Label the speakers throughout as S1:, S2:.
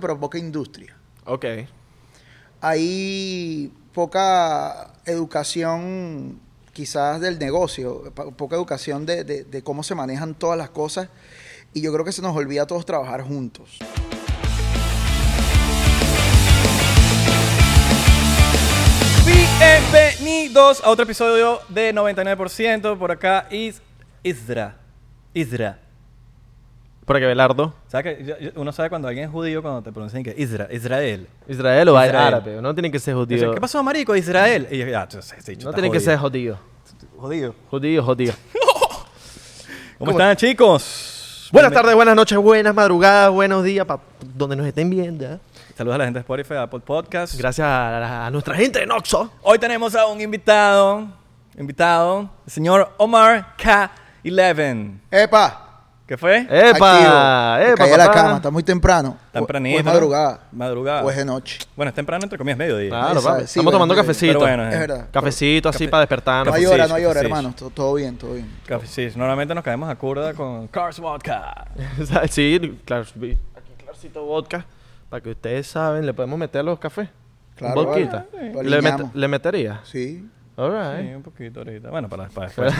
S1: pero poca industria.
S2: Ok.
S1: Hay poca educación quizás del negocio, po- poca educación de, de- de cómo se manejan todas las cosas. Y yo creo que se nos olvida a todos trabajar juntos.
S2: Bienvenidos a otro episodio de 99%. Por acá is Isra. Isra.
S3: Por aquí Belardo.
S2: ¿Sabes que yo- yo- uno sabe cuando alguien es judío cuando te pronuncian que Isra, Israel?
S3: Israel o
S2: Israel.
S3: árabe. No tiene que ser
S2: Yo sé,
S3: judío.
S2: ¿Qué pasó, marico? Israel. Y yo, ah, tú- ese dicho
S3: No
S2: está
S3: tiene que
S2: jodido.
S3: ser judío.
S2: jodido.
S3: Judío, judío.
S2: ¿Cómo están, chicos?
S3: buenas
S2: Bienven-
S3: tardes, buenas noches, buenas madrugadas, buenos días, para donde nos estén viendo. ¿eh?
S2: Saludos a la gente de Spotify, Apple Podcast.
S3: Gracias a, la- a nuestra gente de Noxo.
S2: Hoy tenemos a un invitado, invitado, el señor Omar K11.
S1: ¡Epa!
S2: ¿Qué fue?
S3: Eh. ¡Epa!
S1: Activo. Me
S3: ¡Epa!
S1: caí a la
S3: papá!
S1: cama, está muy temprano. O-
S2: Tempranito.
S1: O es madrugada.
S2: Madrugada.
S1: O es de noche.
S2: Bueno, es temprano, entre comillas, mediodía.
S3: Claro,
S1: Esa-
S3: papi.
S1: sí,
S3: Estamos
S1: bueno,
S3: tomando
S1: pero-
S3: cafecito.
S2: Pero bueno,
S1: Es verdad.
S3: Cafecito así para despertarnos.
S1: No hay
S2: Cafecillo,
S1: hora, no hay hora,
S2: cafecillo.
S1: hermano. To- Todo bien, todo bien.
S2: Café, sí, normalmente nos caemos a curda con Cars Vodka.
S3: sí, claro. vi- Aquí clarcito vodka. Para que ustedes saben, le podemos meter los cafés.
S1: Claro,
S3: Claro, Vodquita.
S1: vale. Lo
S3: ¿Le, met-
S1: aliñamos.
S3: le metería?
S1: Sí.
S3: All
S2: Sí,
S3: right.
S2: un poquito ahorita. Bueno, para, para después.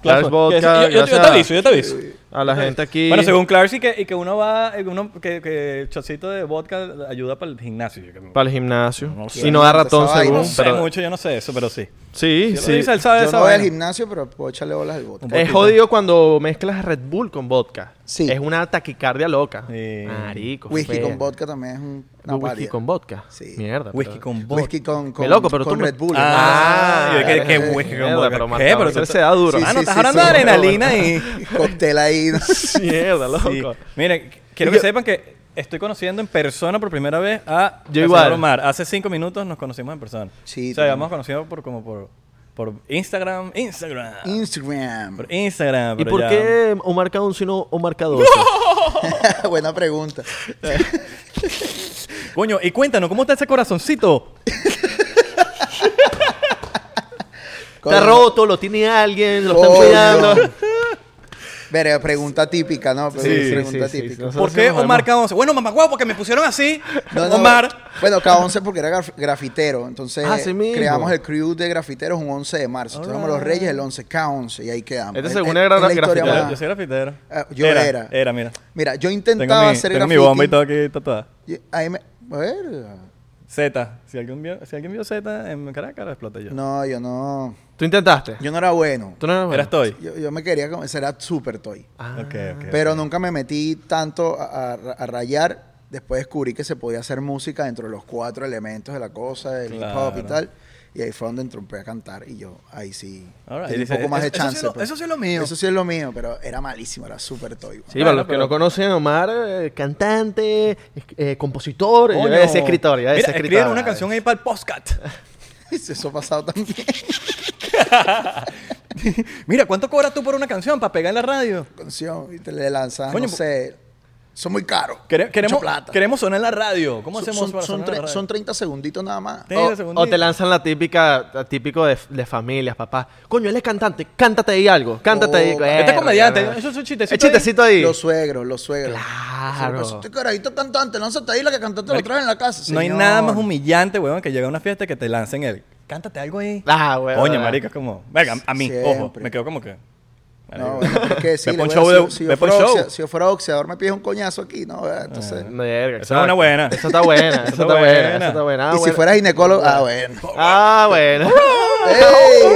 S3: Clarks Vodka.
S2: Vodka, Pues. yo, yo- yo
S3: gracias
S2: te
S3: a-
S2: aviso, yo te aviso.
S3: A la gente aquí.
S2: Bueno, según Clarks y que, y que uno va, y uno, que, que el chocito de vodka ayuda para el gimnasio. Yo, que-
S3: Para el gimnasio.
S2: No sé.
S3: y no da ratón
S1: Esa
S3: según.
S1: vaina.
S2: no sé
S3: pero-
S2: mucho, yo no sé eso, pero sí.
S3: Sí,
S2: Si él lo
S3: sí.
S2: dice, él sabe
S1: Yo
S2: esa
S1: no voy al
S2: vaina.
S1: gimnasio, pero puedo echarle bolas al bote.
S3: Es jodido cuando mezclas Red Bull con vodka.
S1: Sí.
S3: Es una taquicardia loca.
S2: Sí.
S3: Marico.
S1: Whisky
S3: fea.
S1: con vodka también es un, una
S3: Un Whisky
S1: paria.
S3: con vodka.
S1: Sí.
S3: Mierda.
S2: Whisky
S3: pero-
S2: con vodka.
S1: Whisky con, con,
S3: Qué loco, pero
S1: con
S3: tú me-
S1: Red Bull.
S2: Ah,
S3: Ah,
S2: yo que, que
S1: sí,
S2: whisky con
S3: mierda,
S2: vodka.
S3: Eh, pero
S2: ¿Qué?
S3: Marta,
S2: Pero
S3: se da duro.
S1: Sí,
S2: Ah, no,
S1: sí,
S2: estás
S1: sí,
S2: hablando
S1: sí.
S2: de adrenalina y...
S1: Cóctel ahí. ¿no?
S3: Mierda, loco.
S2: Sí. Mira, quiero que sepan que estoy conociendo en persona por primera vez a
S3: Yo
S2: al
S3: igual.
S2: señor Omar. Hace cinco minutos nos conocimos en persona.
S1: Sí,
S2: O sea,
S1: también.
S2: habíamos conocido por como por, por Instagram, Instagram.
S1: Instagram.
S2: por Instagram.
S3: ¿Y
S2: pero
S3: por
S2: ya.
S3: qué o marca un sino o marca dos?
S1: Buena pregunta.
S2: Coño, y cuéntanos, ¿cómo está ese corazoncito?
S1: Coño,
S3: Está roto, lo tiene alguien, lo están
S1: coño.
S3: cuidando.
S1: Verga, pregunta típica, ¿no?
S3: Sí,
S1: pregunta
S3: sí, sí,
S1: típica.
S3: sí, sí.
S2: ¿Por
S3: Nosotros
S2: qué
S3: nos
S2: Omar
S3: vemos.
S2: K11? Bueno, mamá guapo, porque me pusieron así.
S1: No, no,
S2: Omar.
S1: Bueno, K11 porque era graf- grafitero. Entonces
S3: Ah, Así mismo.
S1: creamos el crew de grafiteros un 11 de marzo. Entonces somos los reyes del 11, K11. Y ahí quedamos.
S3: Este
S1: Es-
S3: según
S1: es-
S3: era
S1: es la
S3: gra-
S1: historia
S3: grafitero.
S1: más-
S2: Yo soy grafitero.
S1: Ah, yo era.
S2: Era, era mira.
S1: Mira, yo
S2: Tengo,
S1: intentaba
S2: mi,
S1: hacer
S2: tengo mi
S1: graffiti.
S2: bomba y todo aquí tatuada.
S1: Y ahí me- Verga.
S2: Z. Si alguien vio, si alguien vio Z en Caracas, la exploté yo.
S1: No, yo no.
S3: ¿Tú intentaste?
S1: Yo no era bueno.
S3: ¿Tú no eras bueno?
S2: Eras Toy.
S1: Yo, yo me quería comenzar a super toy.
S3: Ah.
S2: Ok, ok.
S1: Pero nunca me metí tanto a, a- a rayar. Después descubrí que se podía hacer música dentro de los cuatro elementos de la cosa, del hip hop y
S2: Claro.
S1: tal. Y ahí fue donde entré a cantar y yo ahí sí
S2: All right.
S1: tenía
S2: Dice,
S1: un poco más de
S2: "Eso- eso sí
S1: chance.
S2: es lo-
S1: pero-
S2: eso sí es lo mío".
S1: Eso sí es lo mío, pero era malísimo, era súper toy. güey.
S3: Sí,
S2: Bueno,
S3: para los que
S2: pero-
S3: no conocen, Omar, eh, cantante, es- eh, compositor, yo
S2: Coño.
S3: iba a decir escritor, yo iba a decir
S2: Mira,
S3: escritor.
S2: escriben una canción ahí para el postcat.
S1: Eso ha pasado también.
S2: Mira, ¿cuánto cobras tú por una canción para pegar en la radio?
S1: Canción, y te le lanzas,
S2: Coño,
S1: no sé, son muy caros.
S2: Quere-
S1: mucha
S2: queremos,
S1: plata.
S2: queremos sonar en la radio. ¿Cómo
S1: Son-
S2: hacemos
S1: son,
S2: para
S1: son,
S2: sonar en la
S1: tre-
S2: radio?
S1: son 30 segunditos nada más.
S2: Tenga
S1: Oh,
S2: segundito.
S3: O te lanzan la típica, la típico de, de familias, papá. Coño, él es cantante, cántate ahí algo, cántate ahí.
S1: Oh,
S3: algo".
S2: Este es comediante.
S3: Eh,
S2: Eso es un
S3: El
S2: chistecito. ahí.
S3: chistecito ahí.
S1: Los suegros, los suegros.
S3: Claro.
S1: Eso Este carajito cantante, lánzate ahí la que cantaste lo
S2: Marico,
S1: traes en la casa.
S2: No hay
S1: señor.
S2: nada más humillante, weón, que llega a una fiesta y que te lancen el. Cántate algo ahí.
S3: Ah, weón.
S2: Coño, marico, es como. Verga, a mí, ojo.
S1: Siempre.
S2: Me quedo como que.
S1: No,
S2: marico.
S1: bueno, pero es que sí,
S2: Ve pa' un
S1: le
S2: show
S1: voy a-
S2: de-
S1: si, si yo
S2: ve pa' un
S1: fuera
S2: show. Eh,
S1: boxea- si yo fuera boxeador me pide un coñazo aquí, ¿no? Ah, Entonces,
S3: Verga,
S2: Esa es una buena.
S3: Esa está buena, esa está buena, esa está buena. Ah,
S1: y si
S3: bueno.
S1: fuera ginecólogo, ah, bueno.
S3: Ah, bueno.
S1: ¡Ey!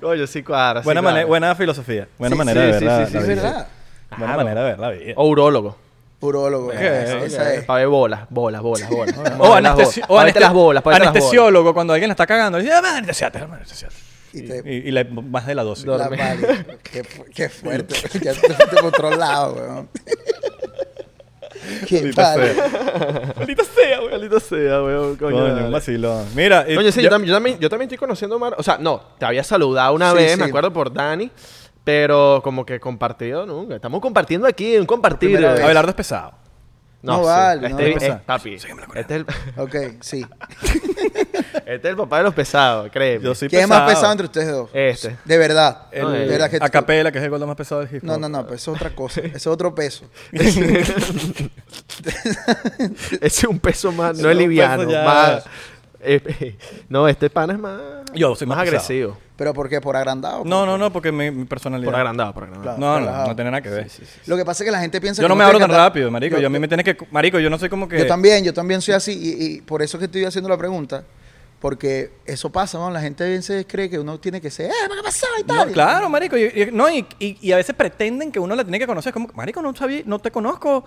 S3: Coño, sí cuadra. sí
S2: Buena,
S3: cuadra.
S2: manera, buena filosofía. Buena
S1: Sí,
S2: manera
S3: sí,
S2: de ver
S3: sí,
S2: la,
S3: sí,
S2: la
S1: Es
S3: sí,
S2: vida.
S1: verdad. Oh,
S2: Buena manera de ver la vida.
S3: O urólogo.
S1: Purólogo. esa,
S2: ok,
S1: esa es.
S3: Para ver bolas, bolas, bolas,
S1: oh,
S3: bolas.
S2: Eh. O, Oh, anestesi- o
S3: Para verte
S2: aneste-
S3: las bolas, para verte las bolas.
S2: anestesiólogo, cuando alguien la está cagando, le dice, "Ah, anestesiate, hermano, anestesiate".
S1: Y te-
S2: Y, y la- más de la 12.
S1: la
S3: Dorme.
S1: pálida. qué, fu- qué fuerte. ya te fuiste por otro lado, weón. qué
S2: Maldita
S1: padre.
S2: Maldita sea, weón.
S3: Maldita sea, weón, coño.
S2: Coño,
S3: dale.
S2: un vacilón. Mira, eh, y
S3: Coño, sí,
S2: ya-
S3: yo también, yo, también, yo también estoy conociendo a Omar. O sea, no, te había saludado una
S1: Sí,
S3: vez,
S1: sí.
S3: me acuerdo por Dani, pero como que compartido nunca. Estamos compartiendo aquí, un compartir.
S1: Primera vez.
S2: Abelardo es pesado.
S1: No
S3: No, sí.
S1: vale, no
S3: Este,
S1: vale.
S3: es, papi, este es, el,
S1: Ok, sí.
S3: este es el papá de los pesados, créeme.
S2: Yo soy
S1: ¿Quién es más pesado entre ustedes dos?
S3: Este.
S1: De verdad.
S3: El-
S1: de verdad que
S2: Acapela, que es el gordo más pesado del hip hop.
S1: No, no, no, pero eso es otra cosa. Eso es otro peso.
S3: Ese es un peso más,
S2: Es
S3: no
S2: un
S3: es liviano,
S2: peso ya-
S3: más... eh, eh, no, este pan es más...
S2: Yo soy más pesado.
S3: agresivo.
S1: ¿Pero por qué? ¿Por agrandado?
S2: No, no, no, porque mi, mi personalidad.
S3: Por agrandado, por agrandado.
S1: Claro.
S2: No, no,
S1: relajado.
S2: no tiene nada que ver.
S1: Lo que pasa es que la gente piensa
S2: Yo
S1: que
S2: no me
S1: tiene
S2: hablo
S1: que
S2: tan
S1: andar-
S2: rápico, marico. Yo, a mí me tienes que... Marico, yo no soy como que...
S1: Yo también, yo también soy así y, y por eso que estoy haciendo la pregunta. Porque eso pasa, ¿no? La gente bien se cree que uno tiene que ser, ¡eh, me ha pasado y
S2: No,
S1: tal!
S2: claro, marico. Y, y- no, y, y- y a veces pretenden que uno la tiene que conocer. Es como, marico, no sabía, no te conozco.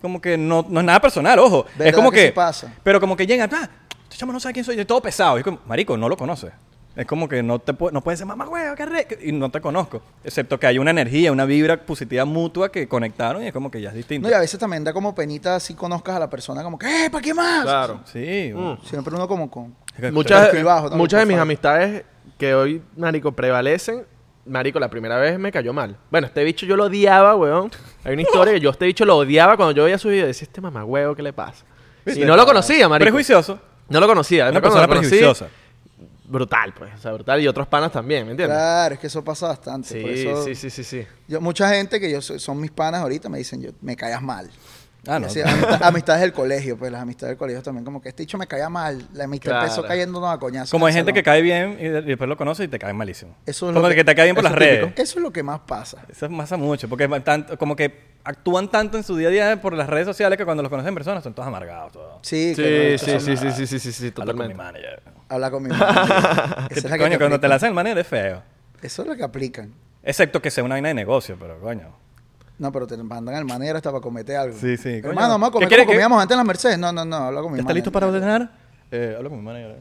S2: Como que no, no es nada personal, ojo.
S1: ¿Verdad
S2: es como
S1: que
S2: que...
S1: sí pasa?
S2: Pero como que llegan, ah, este chamo no sabe quién soy. Yo todo pesado. Y es como, marico, no lo conoces. Es como que no te pu- no puedes ser mamá, huevo, qué re-", Y no te conozco. Excepto que hay una energía, una vibra positiva mutua que conectaron y es como que ya es distinto.
S1: No, y a veces también da como penita si conozcas a la persona, como que, ¡eh, para qué más!
S3: Claro. Mm.
S2: Sí. bueno.
S1: Siempre uno como con...
S3: Muchas,
S1: perfil bajo también,
S3: muchas de
S1: por
S3: mis
S1: favor.
S3: amistades que hoy, marico, prevalecen, marico, la primera vez me cayó mal. Bueno, este bicho yo lo odiaba, weón. Hay una historia que yo a este bicho lo odiaba cuando yo veía su video. Decía, este mamá, ¿qué le pasa? Y no lo conocía, marico.
S2: Prejuicioso.
S3: No lo conocía.
S2: Una
S3: Después cuando
S2: persona
S3: lo conocí,
S2: prejuiciosa.
S3: Brutal, pues. O sea, brutal. Y otros panas también, ¿me entiendes?
S1: Claro, es que eso pasa bastante.
S3: Sí,
S1: por eso-
S3: sí, sí, sí, sí.
S1: Yo, mucha gente que yo so- son mis panas ahorita me dicen, yo, me callas mal.
S2: Ah, no.
S1: Así, amist- amistades del colegio, pues las amistades del colegio también, como que este dicho me caía mal, la amistad
S3: Claro.
S1: empezó cayéndonos a coñazos.
S2: Como hay gente
S1: Salón.
S2: que cae bien y, de- y después lo conoce y te cae malísimo.
S1: Eso es
S2: como
S1: lo
S2: que,
S1: que-
S2: te cae bien por
S3: eso
S2: las
S3: es
S2: redes.
S3: típico.
S1: Eso es lo que más pasa.
S2: Eso pasa mucho, porque van tanto- como que actúan tanto en su día a día por las redes sociales que cuando los conocen en persona son todos amargados. Todos.
S1: Sí,
S3: Sí,
S1: que
S3: sí, sí, sí, sí, sí, sí, sí,
S2: Hablo con mi
S3: totalmente.
S2: manager.
S1: Habla con mi mamá.
S2: Que, coño, cuando te la hacen el manager es feo.
S1: Eso es lo que aplican.
S2: Excepto que sea una vaina de negocio, pero coño.
S1: No, pero te mandan al manera hasta para cometer algo.
S2: Sí, sí, coño.
S1: Hermano, vamos a comer
S2: ¿Qué quieres
S1: como
S2: que-
S1: comíamos antes en las Mercedes. No, no, no, habla con mi
S2: ¿Ya está
S1: manager.
S2: listo para ordenar? Eh, hablo con mi manager.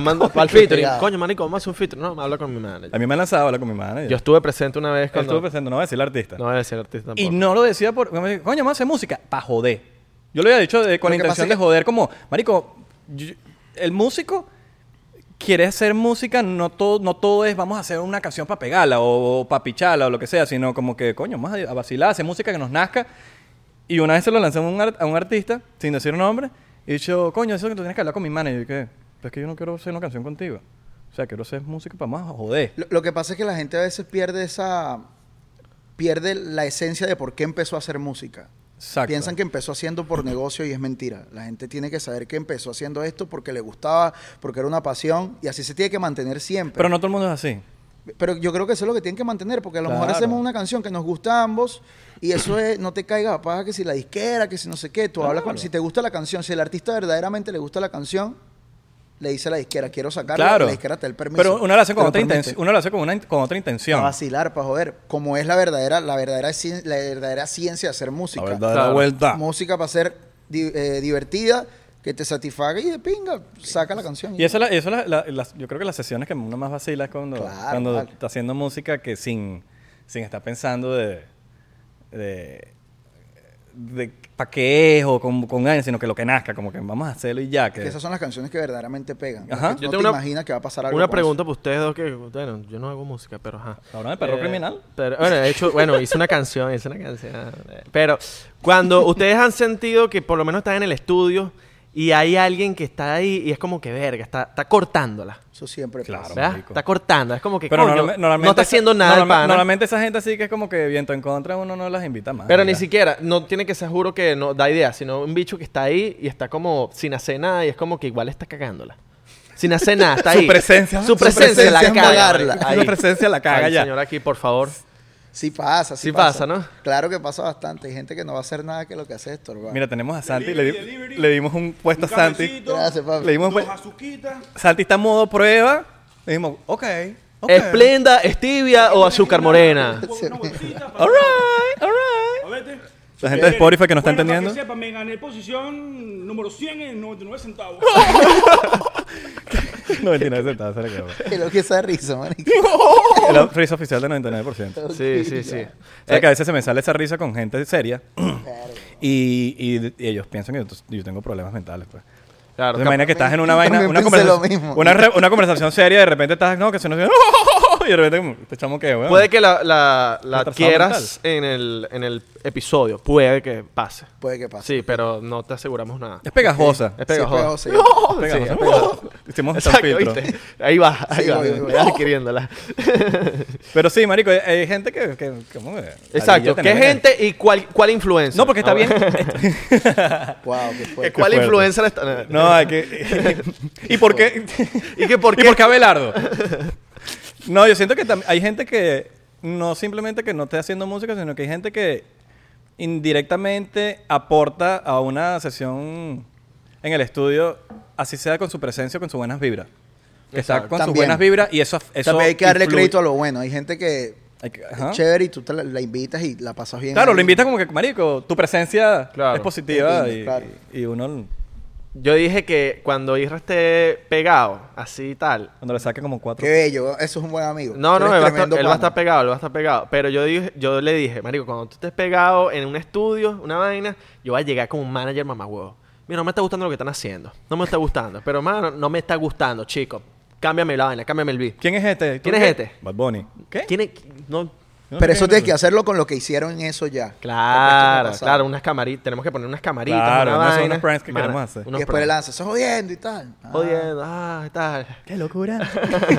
S3: mando para el featuring.
S1: Pegado.
S3: Coño, marico, vamos a hacer un featuring. No, me hablo con mi manager.
S2: A mí me han lanzado, habla con mi manager.
S3: Yo estuve presente una vez cuando...
S2: estuve presente, no voy a decir el artista.
S3: No voy a decir artista
S2: y
S3: tampoco.
S2: no lo decía por. me dijo, Coño, más hacer música. Pa' joder. Yo lo había dicho de- con
S1: Lo
S2: la
S1: que pasa
S2: intención
S1: es
S2: de
S1: que-
S2: joder, como, Marico, yo- el músico quiere hacer música, no todo, no todo es vamos a hacer una canción para pegarla o, para picharla o lo que sea, sino como que, coño, más a, a vacilar, hacer música que nos nazca. Y una vez se lo lancé a un, ar- a un artista, sin decir un nombre, y dicho, coño, eso que tú tienes que hablar con mi manager. Y que, pues que yo no quiero hacer una canción contigo. O sea, quiero hacer música para más a joder.
S1: Lo, lo que pasa es que la gente a veces pierde esa... Pierde la esencia de por qué empezó a hacer música.
S2: Exacto.
S1: Piensan que empezó haciendo por negocio y es mentira. La gente tiene que saber que empezó haciendo esto porque le gustaba, porque era una pasión y así se tiene que mantener siempre.
S2: Pero no todo el mundo es así.
S1: Pero yo creo que eso es lo que tienen que mantener, porque a lo mejor
S2: Claro.
S1: hacemos una canción que nos gusta a ambos y eso es, no te caiga paja que si la disquera, que si no sé qué, tú hablas con, si te gusta la canción, si el artista verdaderamente le gusta la canción, le dice a la disquera, quiero sacarla,
S2: Claro.
S1: la disquera te da el permiso.
S2: Pero uno lo hace con,
S1: Te
S2: otra,
S1: permite.
S2: intención, uno lo hace con, una, in- con otra intención.
S1: Para vacilar, para joder, como es la verdadera, la verdadera, cien- la verdadera ciencia de hacer música.
S3: Claro.
S2: vuelta.
S1: Música para ser di- eh, divertida, que te satisfaga y de pinga, saca la canción.
S2: Y eso, la- eso la- la- las- yo creo que las sesiones que uno más vacila es cuando,
S1: Claro,
S2: cuando
S1: vale.
S2: está haciendo música que sin, sin estar pensando de, de, de pa' qué es o con, con ganas, sino que lo que nazca, como que vamos a hacerlo y ya. Que,
S1: Que esas son las canciones que verdaderamente pegan.
S2: Ajá.
S1: Las que
S3: Yo
S1: No te
S3: tengo una-
S1: imaginas que va a pasar algo
S3: Una
S1: con eso.
S3: pregunta para ustedes dos que, bueno, yo no hago música, pero ajá. Eh,
S2: Cabrón, el perro criminal.
S3: Pero, bueno, de hecho, bueno, hice una canción, hice una canción. eh, Pero cuando ustedes han sentido que por lo menos están en el estudio y hay alguien que está ahí y es como que verga, está, está cortándola.
S1: Eso siempre
S2: Claro.
S1: pasa.
S3: ¿verdad?
S2: marico.
S3: Está cortando, es como que
S2: pero
S3: coño,
S2: normalme- normalmente
S3: no está haciendo nada el
S2: normalme-
S3: pana.
S2: Normalmente esa gente así que es como que viento en contra, uno no las invita más.
S3: pero ni
S2: ya.
S3: siquiera, no tiene que ser juro que no da idea, sino un bicho que está ahí y está como sin hacer nada y es como que igual está cagándola. Sin hacer nada, está
S2: Su
S3: ahí.
S2: presencia-
S3: Su
S2: su
S3: presencia, la
S1: presencia es
S3: caga.
S1: cagarla.
S3: marico. Ahí.
S2: Su presencia la caga
S3: Ay,
S2: ya.
S3: señor aquí, por favor.
S1: Sí pasa, sí,
S3: Sí pasa, ¿no?
S1: Claro que pasa bastante. Hay gente que no va a hacer nada que lo que hace es estorbar.
S2: Mira, tenemos a Santi, le, di- le dimos un puesto a Santi.
S4: cafecito,
S1: Gracias, papi.
S2: Le dimos un
S4: dos
S2: puesto.
S4: azuquitas.
S2: Santi está en modo prueba. Le dijimos, ok. ok.
S3: Esplenda, Stevia o azúcar morena.
S4: Una bolsita para-
S2: All right, all right.
S4: A verte.
S2: La gente de Spotify que no está
S4: Bueno, para
S2: entendiendo.
S4: que sepa, me gané posición número 100 en 99 centavos.
S2: 99 centavos se le quedó.
S1: Es lo que esa risa, marico.
S4: Oh.
S2: La risa oficial de 99%.
S3: Sí, sí, sí.
S2: O sea, que a
S3: Eh,
S2: veces se me sale esa risa con gente seria y, y- y ellos piensan que yo, yo tengo problemas mentales. Pues.
S3: claro,
S2: Entonces, imagina que estás en una
S1: yo
S2: vaina,
S1: también
S2: una
S1: pensé
S2: conversación,
S1: lo mismo.
S2: Una, re- una conversación seria, de repente estás, no, que se nos... Y de repente, como, este chamo que, weón.
S3: Puede que la, la, la
S2: Retrasado
S3: adquieras en el, en el episodio. Puede que pase.
S1: Puede que pase.
S3: Sí, pero no te aseguramos nada.
S2: Es pegajosa.
S3: Es
S1: Sí,
S3: pegajoso.
S1: sí.
S2: Es pegajosa.
S3: es pegajoso.
S2: Hicimos hasta un
S3: Exacto,
S2: filtro.
S3: ¿viste? Ahí va, ahí
S1: Sí,
S3: va,
S1: voy, voy,
S3: voy
S1: voy.
S3: adquiriéndola.
S2: Pero sí, marico, hay, hay gente que... que- ¿cómo que-
S3: Exacto,
S2: ladilla
S3: ¿qué
S2: tener que-
S3: gente y cuál, cuál influencer?
S2: No, porque está
S3: Ah,
S2: bien...
S1: Wow, qué
S3: ¿Que
S1: fuerte.
S3: ¿Cuál
S2: fuerte.
S3: influencer está?
S2: No, hay que... ¿Y por qué?
S3: ¿Y que por
S2: ¿Y
S3: qué?
S2: por qué Abelardo? No, yo siento que tam- hay gente que no simplemente que no esté haciendo música, sino que hay gente que indirectamente aporta a una sesión en el estudio, así sea con su presencia o con sus buenas vibras. Que está
S3: Exacto.
S2: con sus
S1: También.
S2: buenas vibras y eso, eso
S1: También hay que darle
S2: influye-
S1: crédito a lo bueno. Hay gente que
S2: Hay que-
S1: es
S2: ajá.
S1: chévere y tú te la, la invitas y la pasas bien.
S2: Claro,
S1: ahí.
S2: lo invita como que, marico, tu presencia
S3: Claro.
S2: es positiva
S1: Entiendo,
S2: y,
S1: claro.
S2: y uno
S3: Yo dije que cuando Isra esté pegado, así y tal.
S2: cuando le saque como cuatro...
S1: Qué bello, eso es un buen amigo.
S3: No,
S1: Tú
S3: no,
S1: eres
S3: él va, a estar,
S1: tremendo
S3: él va a
S1: pana.
S3: estar pegado, él va a estar pegado. Pero yo, dije- yo le dije, marico, cuando tú estés pegado en un estudio, una vaina, yo voy a llegar como un manager mamá huevo. Mira, no me está gustando lo que están haciendo. No me está gustando. Pero, mano, no me está gustando, chico. Cámbiame la vaina, cámbiame el beat.
S2: ¿Quién es este? ¿Tú
S3: ¿Quién es
S2: qué?
S3: este?
S2: Bad Bunny. ¿Qué?
S3: ¿Quién es? No.
S2: Yo no sé
S1: Pero eso
S2: quién es.
S1: tienes que hacerlo con lo que hicieron eso ya.
S3: Claro,
S1: Porque esto no pasa.
S3: claro, unas camaritas. Tenemos que poner unas camaritas.
S2: Claro,
S3: una
S2: no son
S3: vaina.
S2: unos pranks que
S3: Mano,
S2: queremos hacer.
S1: Y
S3: unos
S1: después le
S3: pranks.
S1: lanzas, "Estás jodiendo y tal. Ah,
S3: Jodiendo, ah, tal.
S2: ¡Qué locura!
S1: Ah,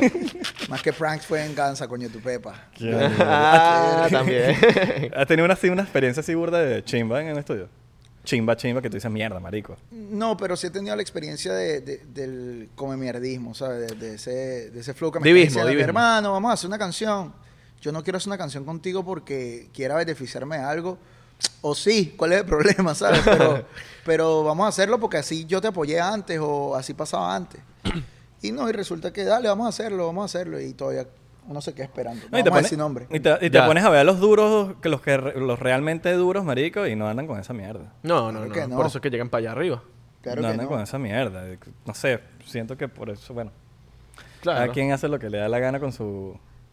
S1: Más que pranks fue venganza, coño, tu pepa.
S3: Ah, también.
S2: ¿Has tenido una, así, una experiencia así burda de chimba en el estudio? Chimba, chimba, que tú dices mierda, marico.
S1: No, pero sí he tenido la experiencia de, de- del come mierdismo, ¿sabes? De, de ese, de ese flow que me
S3: Divismo,
S1: diciendo, mi
S3: divismo.
S1: hermano, vamos a hacer una canción. Yo no quiero hacer una canción contigo porque quiera beneficiarme de algo. O sí, ¿cuál es el problema, sabes? Pero, pero vamos a hacerlo porque así yo te apoyé antes o así pasaba antes. Y no, y resulta que dale, vamos a hacerlo, vamos a hacerlo. Y todavía uno se queda esperando. No,
S2: y
S1: vamos a decir nombre.
S2: Y te, y te
S3: Ya.
S2: pones a ver a los duros, que los, que, re- los realmente duros, marico, y no andan con esa mierda.
S3: No, no,
S1: Claro
S3: no,
S1: que no.
S3: Por eso es que llegan para allá arriba.
S1: Claro
S2: no
S1: que
S2: andan
S1: no.
S2: con esa mierda. No sé, siento que por eso, bueno.
S3: Claro.
S2: Cada quien hace lo que le da la gana con su,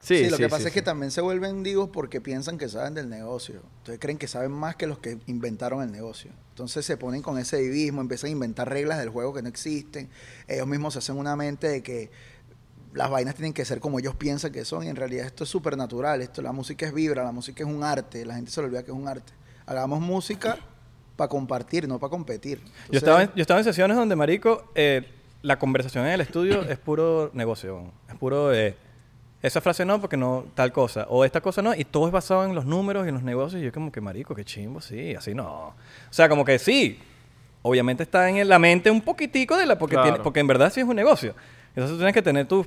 S1: Sí, lo que pasa es que también se vuelven divos porque piensan que saben del negocio. Entonces creen que saben más que los que inventaron el negocio. Entonces se ponen con ese divismo, empiezan a inventar reglas del juego que no existen. Ellos mismos se hacen una mente de que las vainas tienen que ser como ellos piensan que son. Y en realidad esto es súper natural. Esto, la música es vibra, la música es un arte. La gente se le olvida que es un arte. Hagamos música para compartir, no para competir. Entonces,
S2: Yo estaba, en, yo estaba en sesiones donde, marico, eh, la conversación en el estudio es puro negocio. Es puro... eh, esa frase no, porque no tal cosa. O esta cosa no. Y todo es basado en los números y en los negocios. Y yo como que, marico, qué chimbo, sí. Así no. O sea, como que sí. Obviamente está en la mente un poquitico de la... Porque,
S3: Claro.
S2: tiene- porque en verdad sí es un negocio. Entonces tú tienes que tener tu,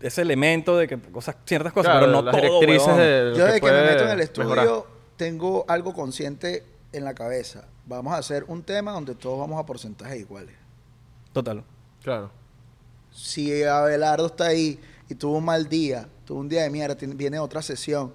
S2: ese elemento de que cosas, ciertas cosas,
S3: Claro,
S2: pero no
S3: las
S2: todo,
S3: directrices
S2: huevón.
S3: de lo
S1: Yo desde que me
S3: puede
S1: meto en el estudio
S3: mejorar.
S1: tengo algo consciente en la cabeza. Vamos a hacer un tema donde todos vamos a porcentajes iguales.
S2: Total.
S3: Claro.
S1: Si Abelardo está ahí y tuvo un mal día, tuvo un día de mierda, tiene- viene otra sesión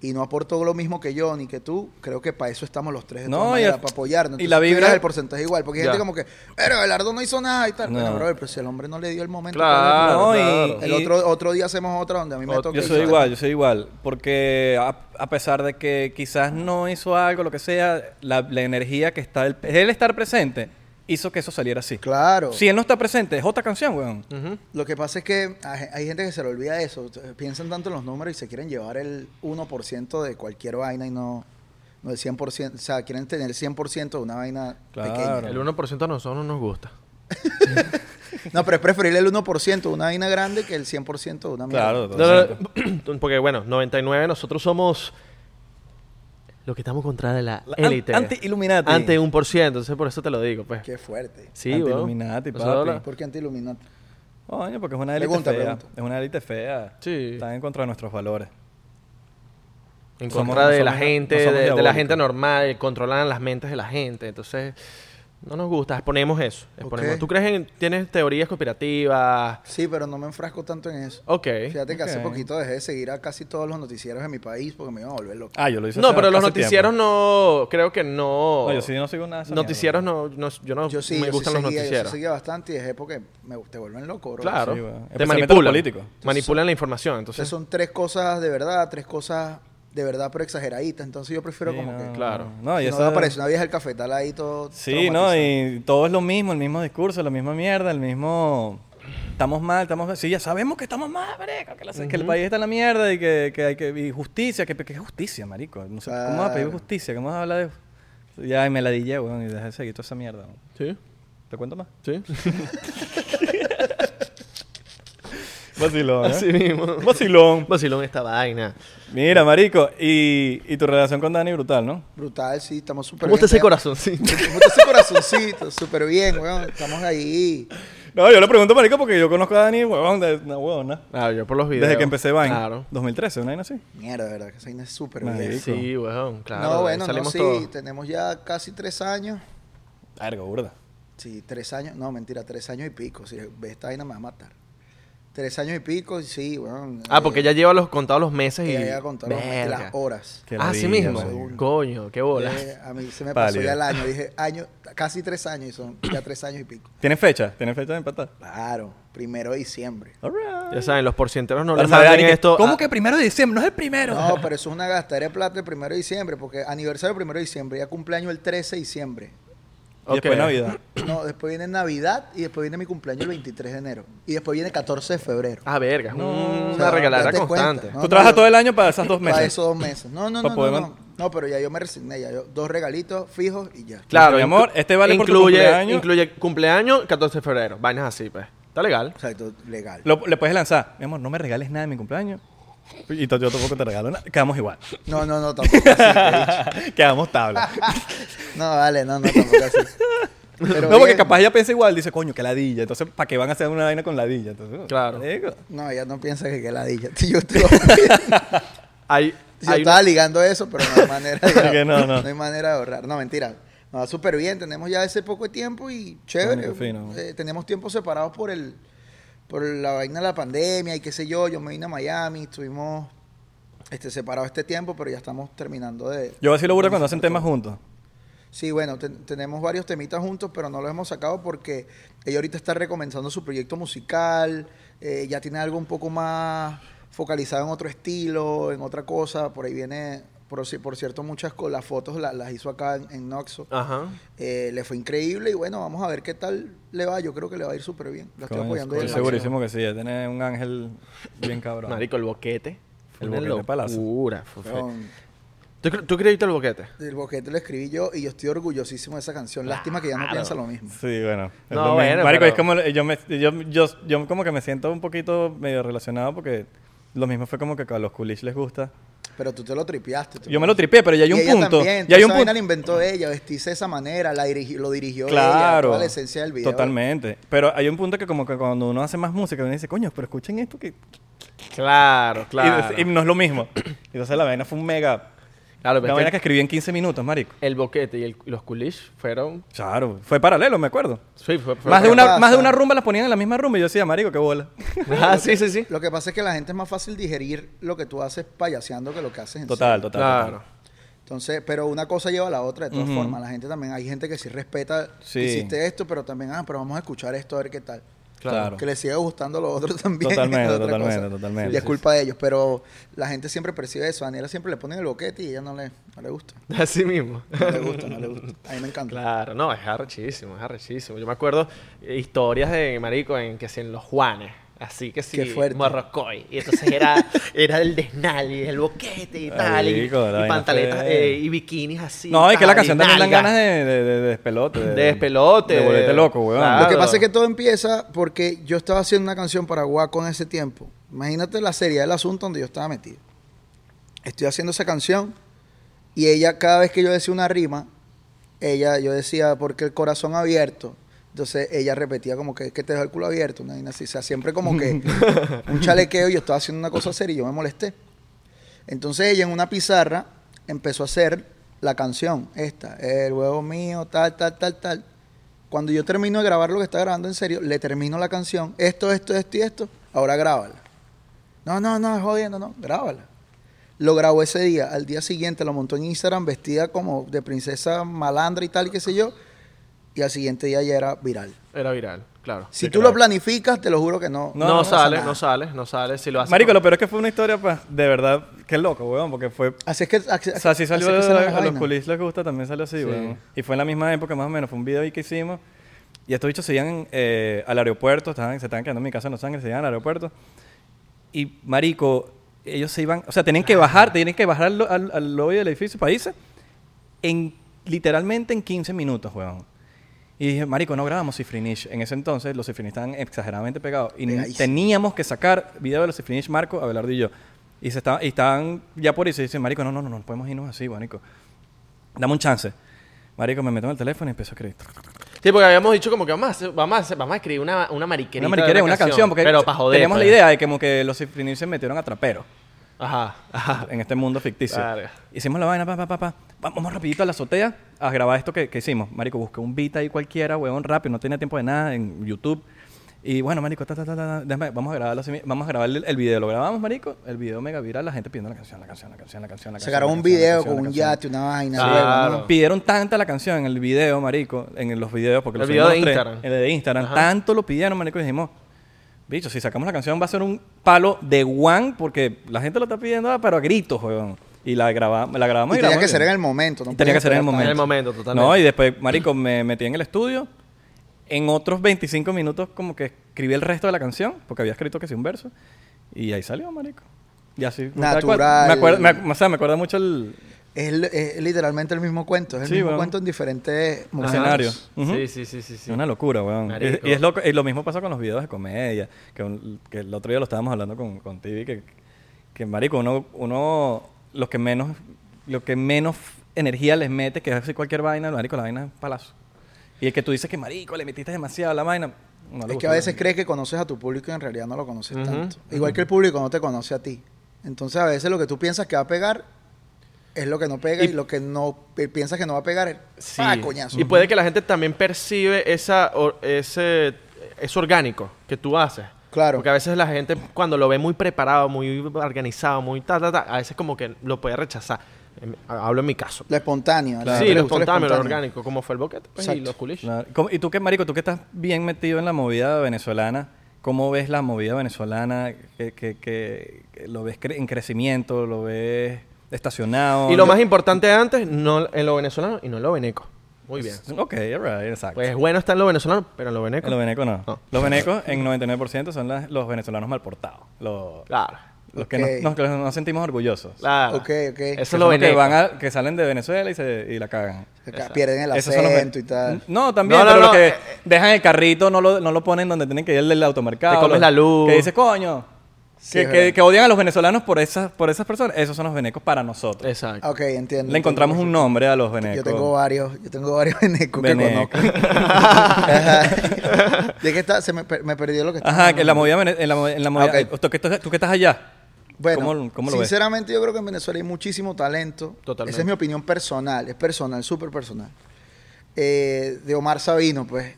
S1: y no aportó lo mismo que yo ni que tú, creo que para eso estamos los tres de
S2: No,
S1: todas
S2: y
S1: maneras,
S2: el-
S1: para apoyarnos.
S2: y la
S1: Entonces, tú
S2: vibra-
S1: eres el porcentaje igual, porque hay
S3: Ya.
S1: gente como que, pero Abelardo no hizo nada y tal. Bueno,
S2: No.
S1: brother, pero si el hombre no le dio el momento.
S3: Claro,
S2: No, y-
S3: claro.
S1: El otro, otro día hacemos otra donde a mí me
S3: Yo
S1: toca.
S2: Yo
S3: Ok,
S2: soy
S3: claro.
S2: igual, yo soy igual. Porque a, a pesar de que quizás no hizo algo, lo que sea, la, la energía que está... El, el estar presente hizo que eso saliera así.
S1: Claro.
S2: Si él no está presente, es otra canción, weón.
S1: Lo que pasa es que hay hay gente que se le olvida eso. T- Piensan tanto en los números y se quieren llevar el 1% de cualquier vaina y no, no el 100%. O sea, quieren tener el 100% de una vaina
S2: Claro.
S3: El 1% a nosotros no nos gusta.
S1: pequeña. No, pero es preferible el 1% de una vaina grande que el 100% de una mierda.
S2: Claro,
S3: No, no, Porque bueno, 99 nosotros somos lo que estamos contra de la
S2: La an-
S3: élite.
S2: anti-Illuminati.
S3: Ante un por ciento, entonces por eso te lo digo, pues.
S1: Qué fuerte.
S3: Sí,
S2: Anti-Illuminati,
S3: weón. Nosotros
S2: papi.
S3: la-
S1: ¿Por qué antiluminante?
S2: Coño, porque es una élite
S1: Pregunta,
S2: fea.
S1: pregunta.
S2: Es una élite fea.
S3: Sí.
S2: Está en contra de nuestros valores.
S3: En
S2: Somos-
S3: contra de
S2: somos-
S3: la
S2: no
S3: gente,
S2: somos
S3: de, de la
S2: diabólicos.
S3: gente normal, controlan las mentes de la gente, entonces no nos gusta, exponemos eso. exponemos.
S1: Ok.
S3: ¿Tú crees en, tienes teorías conspirativas?
S1: Sí, pero no me enfrasco tanto en eso.
S3: Ok.
S1: Fíjate que hace
S2: Ok.
S1: poquito dejé de seguir a casi todos los noticieros de mi país porque me iban a volver loco.
S2: Ah, yo lo hice
S3: No,
S2: hace-
S3: pero los
S2: hace tiempo.
S3: noticieros no, creo que no.
S2: No, yo sí no sigo nada de esa
S3: Noticieros
S2: mierda,
S3: no, no- yo no
S1: Yo sí,
S3: Ah, me
S1: yo sí
S3: gustan
S1: seguía,
S3: los
S1: yo sí
S3: noticieros.
S1: seguía bastante y dejé porque me, te vuelven loco, bro.
S3: Claro.
S2: Sí, weón.
S3: te
S2: Especialmente
S3: manipulan.
S2: los políticos.
S3: Manipulan la información.
S1: Entonces
S3: Entonces,
S1: son tres cosas de verdad, tres cosas de verdad pero exageraditas. Entonces yo prefiero
S2: Sí,
S1: como
S2: no,
S1: que...
S3: claro.
S2: No, y
S1: si no
S2: esa-
S1: va a aparecer una vieja del cafetal ahí todo
S2: Sí, no, y todo es lo mismo, el mismo discurso, la misma mierda, el mismo... Estamos mal, estamos... Sí, ya sabemos que estamos mal, marico, que, la- que el país está en la mierda y que, que hay que... Y justicia, que, que justicia, marico. No sé, ¿Cómo vas a pedir
S1: Claro.
S2: justicia? ¿Cómo vas a hablar de...? Ya, y me la dije, weón, y dejé de seguir toda esa mierda. weón.
S3: sí,
S2: ¿Te cuento más?
S3: sí.
S2: Vacilón, ¿eh?
S3: Así mismo.
S2: Vacilón.
S3: Vacilón esta vaina.
S2: Mira, marico, y, y tu relación con Dani brutal, ¿no?
S1: Brutal, sí, estamos súper
S3: ¿Cómo está ese
S1: bien.
S3: corazoncito?
S1: ¿Cómo está ese corazoncito? Súper bien, weón. Estamos ahí.
S2: No, yo le pregunto, marico, porque yo conozco a Dani, huevón, de una huevona.
S3: Ah, yo por los videos.
S2: Desde que empecé Vine.
S3: Claro.
S2: 2013, una vaina así.
S1: Mierda, de verdad, que esa vaina es súper
S2: Marico.
S1: bien.
S3: Sí, weón, claro.
S1: no,
S3: ahí
S1: bueno, no,
S3: salimos
S1: sí,
S3: todos.
S1: tenemos ya casi tres años.
S2: Verga, burda.
S1: Sí, tres años, no, mentira, tres años y pico. Si ves esta vaina me va a matar. Tres años y pico, y sí, weón. Eh,
S3: Ah, porque ya lleva los contados los meses y.
S1: Ya llega con todas las-
S3: Verga.
S1: las horas.
S2: Qué
S3: Ah, sí
S2: ladilla,
S3: mismo.
S2: marico.
S3: Coño, qué bola.
S1: Eh, a mí se me pasó
S2: Pálido.
S1: ya el año. Dije, año, casi tres años y son ya tres años y pico.
S2: ¿Tienen fecha? ¿Tienen fecha de empatar?
S1: Claro, primero de diciembre.
S2: All right.
S3: Ya saben, los porcienteros no
S2: Ahora
S3: les
S2: sabe
S3: saben
S2: Dani que-
S3: esto.
S2: ¿Cómo
S3: ah,
S2: que primero de diciembre? No es el primero.
S1: No, pero eso es una gastadera de plata el primero de diciembre, porque aniversario el primero de diciembre, ya cumpleaños el 13 de diciembre.
S2: Y después
S3: ok.
S2: Navidad.
S1: No, después viene Navidad y después viene mi cumpleaños el 23 de enero. Y después viene 14 de febrero.
S3: Ah, verga. es
S1: O
S3: Una
S1: sea,
S3: regaladera
S1: date
S3: constante.
S1: cuenta, ¿no?
S2: Tú trabajas
S1: yo-
S2: todo el año para esas dos
S1: Para
S2: meses.
S1: esos dos meses. No, no, no,
S2: Pa'
S1: no,
S2: poder
S1: no.
S2: man-
S1: No, pero ya yo me resigné, ya yo, dos regalitos fijos y ya.
S3: Claro,
S2: Mi amor,
S3: inclu-
S2: este vale por tu
S3: incluye,
S2: cumpleaños.
S3: Incluye cumpleaños, 14 de febrero. Vainas así, pues. Está legal.
S1: Exacto, legal.
S2: Lo- le puedes lanzar. Mi amor, no me regales nada de mi cumpleaños. Y to- yo tampoco te regalo nada. Quedamos igual.
S1: No, no, no, tampoco así.
S2: Quedamos tabla.
S1: No, vale, no, no, tampoco así. Pero
S2: no, porque
S1: bien.
S2: capaz ella piensa igual. Dice, coño, que ladilla. Entonces, ¿para qué van a hacer una vaina con ladilla? Entonces,
S3: Claro.
S2: marico.
S1: No, ella no piensa que que ladilla. Yo, estaba-
S3: Hay,
S1: yo
S3: hay
S1: estaba ligando eso, pero no hay manera
S2: Es
S1: de,
S2: que no, no.
S1: hay manera de ahorrar. No, mentira. Nos va súper bien. Tenemos ya ese poco de tiempo y chévere.
S2: Coño, qué fino.
S1: Eh, tenemos tiempos separados por el por la vaina de la pandemia y qué sé yo. Yo me vine a Miami, estuvimos este, separados este tiempo, pero ya estamos terminando de...
S2: Yo así lo burro cuando hacen temas juntos.
S1: Sí, bueno, ten- tenemos varios temitas juntos, pero no los hemos sacado porque ella ahorita está recomenzando su proyecto musical, eh, ya tiene algo un poco más focalizado en otro estilo, en otra cosa, por ahí viene, por, ci- por cierto, muchas con las fotos la- las hizo acá en, en Noxo,
S3: Ajá.
S1: Eh, le fue increíble y bueno, vamos a ver qué tal le va, yo creo que le va a ir súper bien, la estoy
S2: Coño,
S1: apoyando.
S2: estoy
S1: del máximo.
S2: segurísimo que sí. Ya tiene un ángel bien cabrón.
S3: Marico, el boquete.
S2: El
S3: Una
S2: boquete palazo.
S3: locura, fue- fue-
S1: Weón,
S3: ¿Tú, cre- tú creíste el boquete?
S1: El boquete lo escribí yo y yo estoy orgullosísimo de esa canción, lástima que ya no
S3: Claro.
S1: piensa lo mismo.
S2: Sí, bueno. es
S3: No,
S2: lo mismo.
S3: bueno,
S2: Marico,
S3: pero-
S2: es como yo, me, yo, yo, yo como que me siento un poquito medio relacionado porque lo mismo fue como que a los coolish les gusta.
S1: Pero tú te lo tripeaste. tú.
S2: Yo
S3: pues.
S2: me lo tripié, pero ya hay
S1: Y
S2: un
S1: ella
S2: punto.
S1: También,
S2: ya hay un
S1: esa vaina
S2: punto.
S1: la inventó ella, vestirse de esa manera, la dirigi- lo dirigió ella,
S2: Claro.
S1: toda la esencia del video.
S2: Totalmente. Pero hay un punto que como que cuando uno hace más música, uno dice, coño, pero escuchen esto que...
S3: Claro,
S2: y- Y, no es lo mismo. Entonces la vaina fue un mega...
S3: claro,
S2: La
S3: pero es
S2: vaina
S3: que
S2: que escribí en 15 minutos, marico.
S3: el boquete y, el- y los culish fueron...
S2: Claro. Fue paralelo, me acuerdo.
S3: Sí, fue, fue-
S2: Más de,
S1: ¿qué
S2: una,
S1: pasa?
S2: más de una rumba las ponían en la misma rumba y yo decía, marico, qué bola.
S3: Ah, sí, sí, sí.
S1: Lo que pasa es que la gente es más fácil digerir lo que tú haces payaseando que lo que haces en
S2: Total,
S1: serio.
S2: total.
S3: Claro.
S1: Entonces, pero una cosa lleva a la otra de todas formas. La gente también, hay gente que sí respeta,
S2: Sí.
S1: hiciste esto, pero también, ah, pero vamos a escuchar esto a ver qué tal.
S2: Claro.
S1: Que les siga gustando lo otro también.
S2: Totalmente,
S1: es otra
S2: totalmente,
S1: cosa.
S2: totalmente.
S1: Y es culpa de ellos, pero la gente siempre percibe eso. A Daniela siempre le ponen el boquete y ella no le, no le gusta.
S3: Así mismo.
S1: No le gusta, no le gusta. A mí me encanta.
S3: Claro, no, es arrechísimo, es arrechísimo. Yo me acuerdo eh, historias de Marico en que si en los Juanes, así que
S1: Qué
S3: sí,
S1: fuerte.
S3: Morrocoy. Y entonces era, era el desnal y el boquete y tal. y-
S2: Marico, la
S3: y
S2: vaina
S3: pantaletas
S2: fue-
S3: eh, y bikinis así.
S2: No, es que la
S3: tal,
S2: canción también dan
S3: nalgas.
S2: ganas de, de, de- de despelote.
S3: De despelote,
S2: De volverte
S3: de-
S2: loco, weón.
S3: Claro.
S2: Lo
S1: Lo que pasa es que todo empieza porque yo estaba haciendo una canción para Guaco en ese tiempo. Imagínate la seriedad del asunto donde yo estaba metido. Estoy haciendo esa canción y ella, cada vez que yo decía una rima, ella, yo decía, porque el corazón abierto. Entonces ella repetía como que, que te dejo el culo abierto, una vaina así. O sea, siempre como que un chalequeo. Yo estaba haciendo una cosa seria y yo me molesté. Entonces ella en una pizarra empezó a hacer la canción, esta, el huevo mío, tal, tal, tal, tal. Cuando yo termino de grabar lo que está grabando en serio, le termino la canción, esto, esto, esto y esto, ahora grábala. No, no, no, jodiendo, no, grábala. Lo grabó ese día, al día siguiente lo montó en Instagram vestida como de princesa malandra y tal, qué sé yo, y al siguiente día ya era viral.
S3: Era viral, claro.
S1: Si tú lo planificas, te lo juro que no.
S3: No,
S2: no
S3: sale,
S1: pasa
S3: no
S1: nada.
S3: sale, no sale. Si lo hace
S2: Marico,
S3: con-
S2: lo peor es que fue una historia, pa, de verdad, qué loco, weón, porque fue...
S1: Así es que... Ah, así-
S2: O sea, sí salió
S1: así es que se dan las
S2: a, los
S1: vainas.
S2: culis les gusta, también salió así, weón. Y fue en la misma época, más o menos. Fue un video ahí que hicimos. Y estos bichos se iban eh, al aeropuerto, estaban, se estaban quedando en mi casa en Los Ángeles, se iban al aeropuerto. Y, marico, ellos se iban... O sea, tenían que bajar, tenían que bajar al, lo- al- al lobby del edificio para irse en, literalmente en 15 minutos, weón. Y dije, marico, no grabamos Cifrinish. En ese entonces los Cifrinish estaban exageradamente pegados. Y
S1: Pegadísimo.
S2: teníamos que sacar video de los Cifrinish, Marco, Abelardo y yo. Y, se estaba, y estaban ya por eso. Y dicen, marico, no, no, no, no podemos irnos así, marico. Dame un chance. Marico, me meto en el teléfono y empiezo a escribir.
S3: Sí, porque habíamos dicho como que vamos a, hacer- vamos a, hacer- vamos a escribir una, una mariquerita.
S2: Una mariquería,
S3: de
S2: una canción. Porque
S3: pero para joder.
S2: teníamos
S3: pues.
S2: la idea de que, como que los Cifrinish se metieron a trapero.
S3: Ajá, ajá.
S2: en este mundo ficticio.
S3: Verga.
S2: Hicimos la vaina, pa, pa, pa, pa. Vamos rapidito a la azotea a grabar esto que, que hicimos. Marico, busqué un beat ahí cualquiera, huevón, rápido. No tenía tiempo de nada en YouTube. Y bueno, marico, ta, ta, ta, ta, ta, déjame- vamos a grabarlo así mi- Vamos a grabar el, el video. Lo grabamos, marico. El video mega viral. La gente pidiendo la canción, la canción, la canción, la canción, la
S1: Se
S2: canción.
S1: grabó
S2: la
S1: un
S2: canción, la
S1: video
S2: canción,
S1: con
S2: la
S1: un
S2: canción.
S1: yate, una vaina.
S3: Claro.
S1: luego, ¿no?
S2: Pidieron tanta la canción en el video, marico, en los videos, porque lo
S3: El video
S2: subimos
S3: de
S2: los tres,
S3: Instagram.
S2: El de Instagram.
S3: Ajá.
S2: Tanto lo pidieron, marico, y dijimos, bicho, si sacamos la canción va a ser un palo de one, porque la gente lo está pidiendo, ah, pero a gritos, weón. Y la, grabamos, la grabamos y,
S1: Y tenía
S2: grabamos
S1: que
S2: el
S1: ser en
S2: video.
S1: el momento. no
S2: Y tenía que
S1: podía
S2: ser en el
S1: esperar
S2: momento.
S3: En
S1: tanto.
S3: el momento, totalmente.
S2: No, y después, marico, me metí en el estudio. En otros 25 minutos como que escribí el resto de la canción, porque había escrito que sí un verso. Y ahí salió, marico. Y así. tal cual.
S1: Natural.
S2: Me acuerdo, me ac- o sea, me acuerda mucho el,
S1: Es, li- es literalmente el mismo cuento. Es el
S2: Sí,
S1: mismo
S2: weón.
S1: cuento en diferentes
S2: el
S1: momentos.
S2: escenario. Ujú.
S3: Sí, sí, sí, sí. sí.
S2: Es una locura, weón. Y,
S3: Marico.
S2: y es loco, y lo mismo pasa con los videos de comedia. Que, un- que el otro día lo estábamos hablando con, con Tibi, que, que marico, uno, uno los que menos, lo que menos energía les mete, que es así cualquier vaina, marico, la vaina es palazo. Y el que tú dices que marico, le metiste demasiado a la vaina, no le
S1: Es que
S2: gustó.
S1: a veces crees que conoces a tu público y en realidad no lo conoces tanto. Igual que el público no te conoce a ti. Entonces a veces lo que tú piensas que va a pegar es lo que no pega y, lo que no pi- piensas que no va a pegar es
S3: Sí.
S1: ¡ah, coñazo!
S3: Y puede que la gente también percibe esa, or- ese, eso orgánico que tú haces.
S1: Claro.
S3: Porque a veces la gente cuando lo ve muy preparado, muy organizado, muy ta, ta, ta, a veces como que lo puede rechazar. Em, Hablo en mi caso.
S1: Lo espontáneo. La
S3: Sí,
S1: gente le
S3: lo
S1: gusta
S3: espontáneo, lo orgánico, como fue el boquete pues, y
S1: Exacto.
S3: los culiches.
S2: Claro. ¿Cómo- Y tú que, marico, tú que estás bien metido en la movida venezolana, ¿cómo ves la movida venezolana? ¿Qué- qué- qué- qué- ¿Lo ves cre- en crecimiento? ¿Lo ves estacionado?
S3: Y lo más importante antes, no en lo venezolano y no en lo veneco. Muy bien.
S2: Ok, alright, exacto.
S3: Pues bueno está en lo venezolano, pero en lo veneco.
S2: Los venecos no.
S3: No.
S2: Los venecos en 99% son las- los venezolanos mal portados. Los,
S3: Claro.
S2: los
S1: Ok.
S2: que nos, nos- que nos sentimos orgullosos.
S3: Claro.
S1: Ok, ok.
S3: Eso
S1: Que
S3: es
S2: Que
S3: lo
S2: son los que,
S3: veneco.
S2: van a- que salen de Venezuela y, se, y la cagan.
S1: Acá Pierden el
S2: Esos son los ven-
S1: acento y tal.
S2: No, también,
S3: No, no,
S2: pero
S3: no,
S2: los que
S3: eh,
S2: dejan el carrito, no lo, no lo ponen donde tienen que ir el del automercado.
S3: Te comes
S2: los-
S3: la luz.
S2: Que dice, coño.
S1: Sí,
S2: que,
S1: es
S2: que-
S1: verdad.
S2: que odian a los venezolanos por esas, por esas personas. Esos son los venecos para nosotros.
S3: Exacto.
S1: Ok, entiendo.
S2: Le encontramos un nombre a los venecos.
S1: Eh, Yo tengo varios, yo tengo varios venecos que
S2: Veneco.
S1: conozco. Ajá. ¿De qué está? Se me, per- me perdió lo que estaba
S2: Ajá, que en la
S1: hablando.
S2: movida. vene- En la, movida- en la movida-
S1: ok.
S2: tú, que estás- tú que estás allá.
S1: Bueno,
S2: ¿Cómo- cómo lo ves?
S1: sinceramente yo creo que en Venezuela hay muchísimo talento.
S3: Totalmente.
S1: Esa es mi opinión personal, es personal, súper personal. Eh, de Omar Sabino, pues.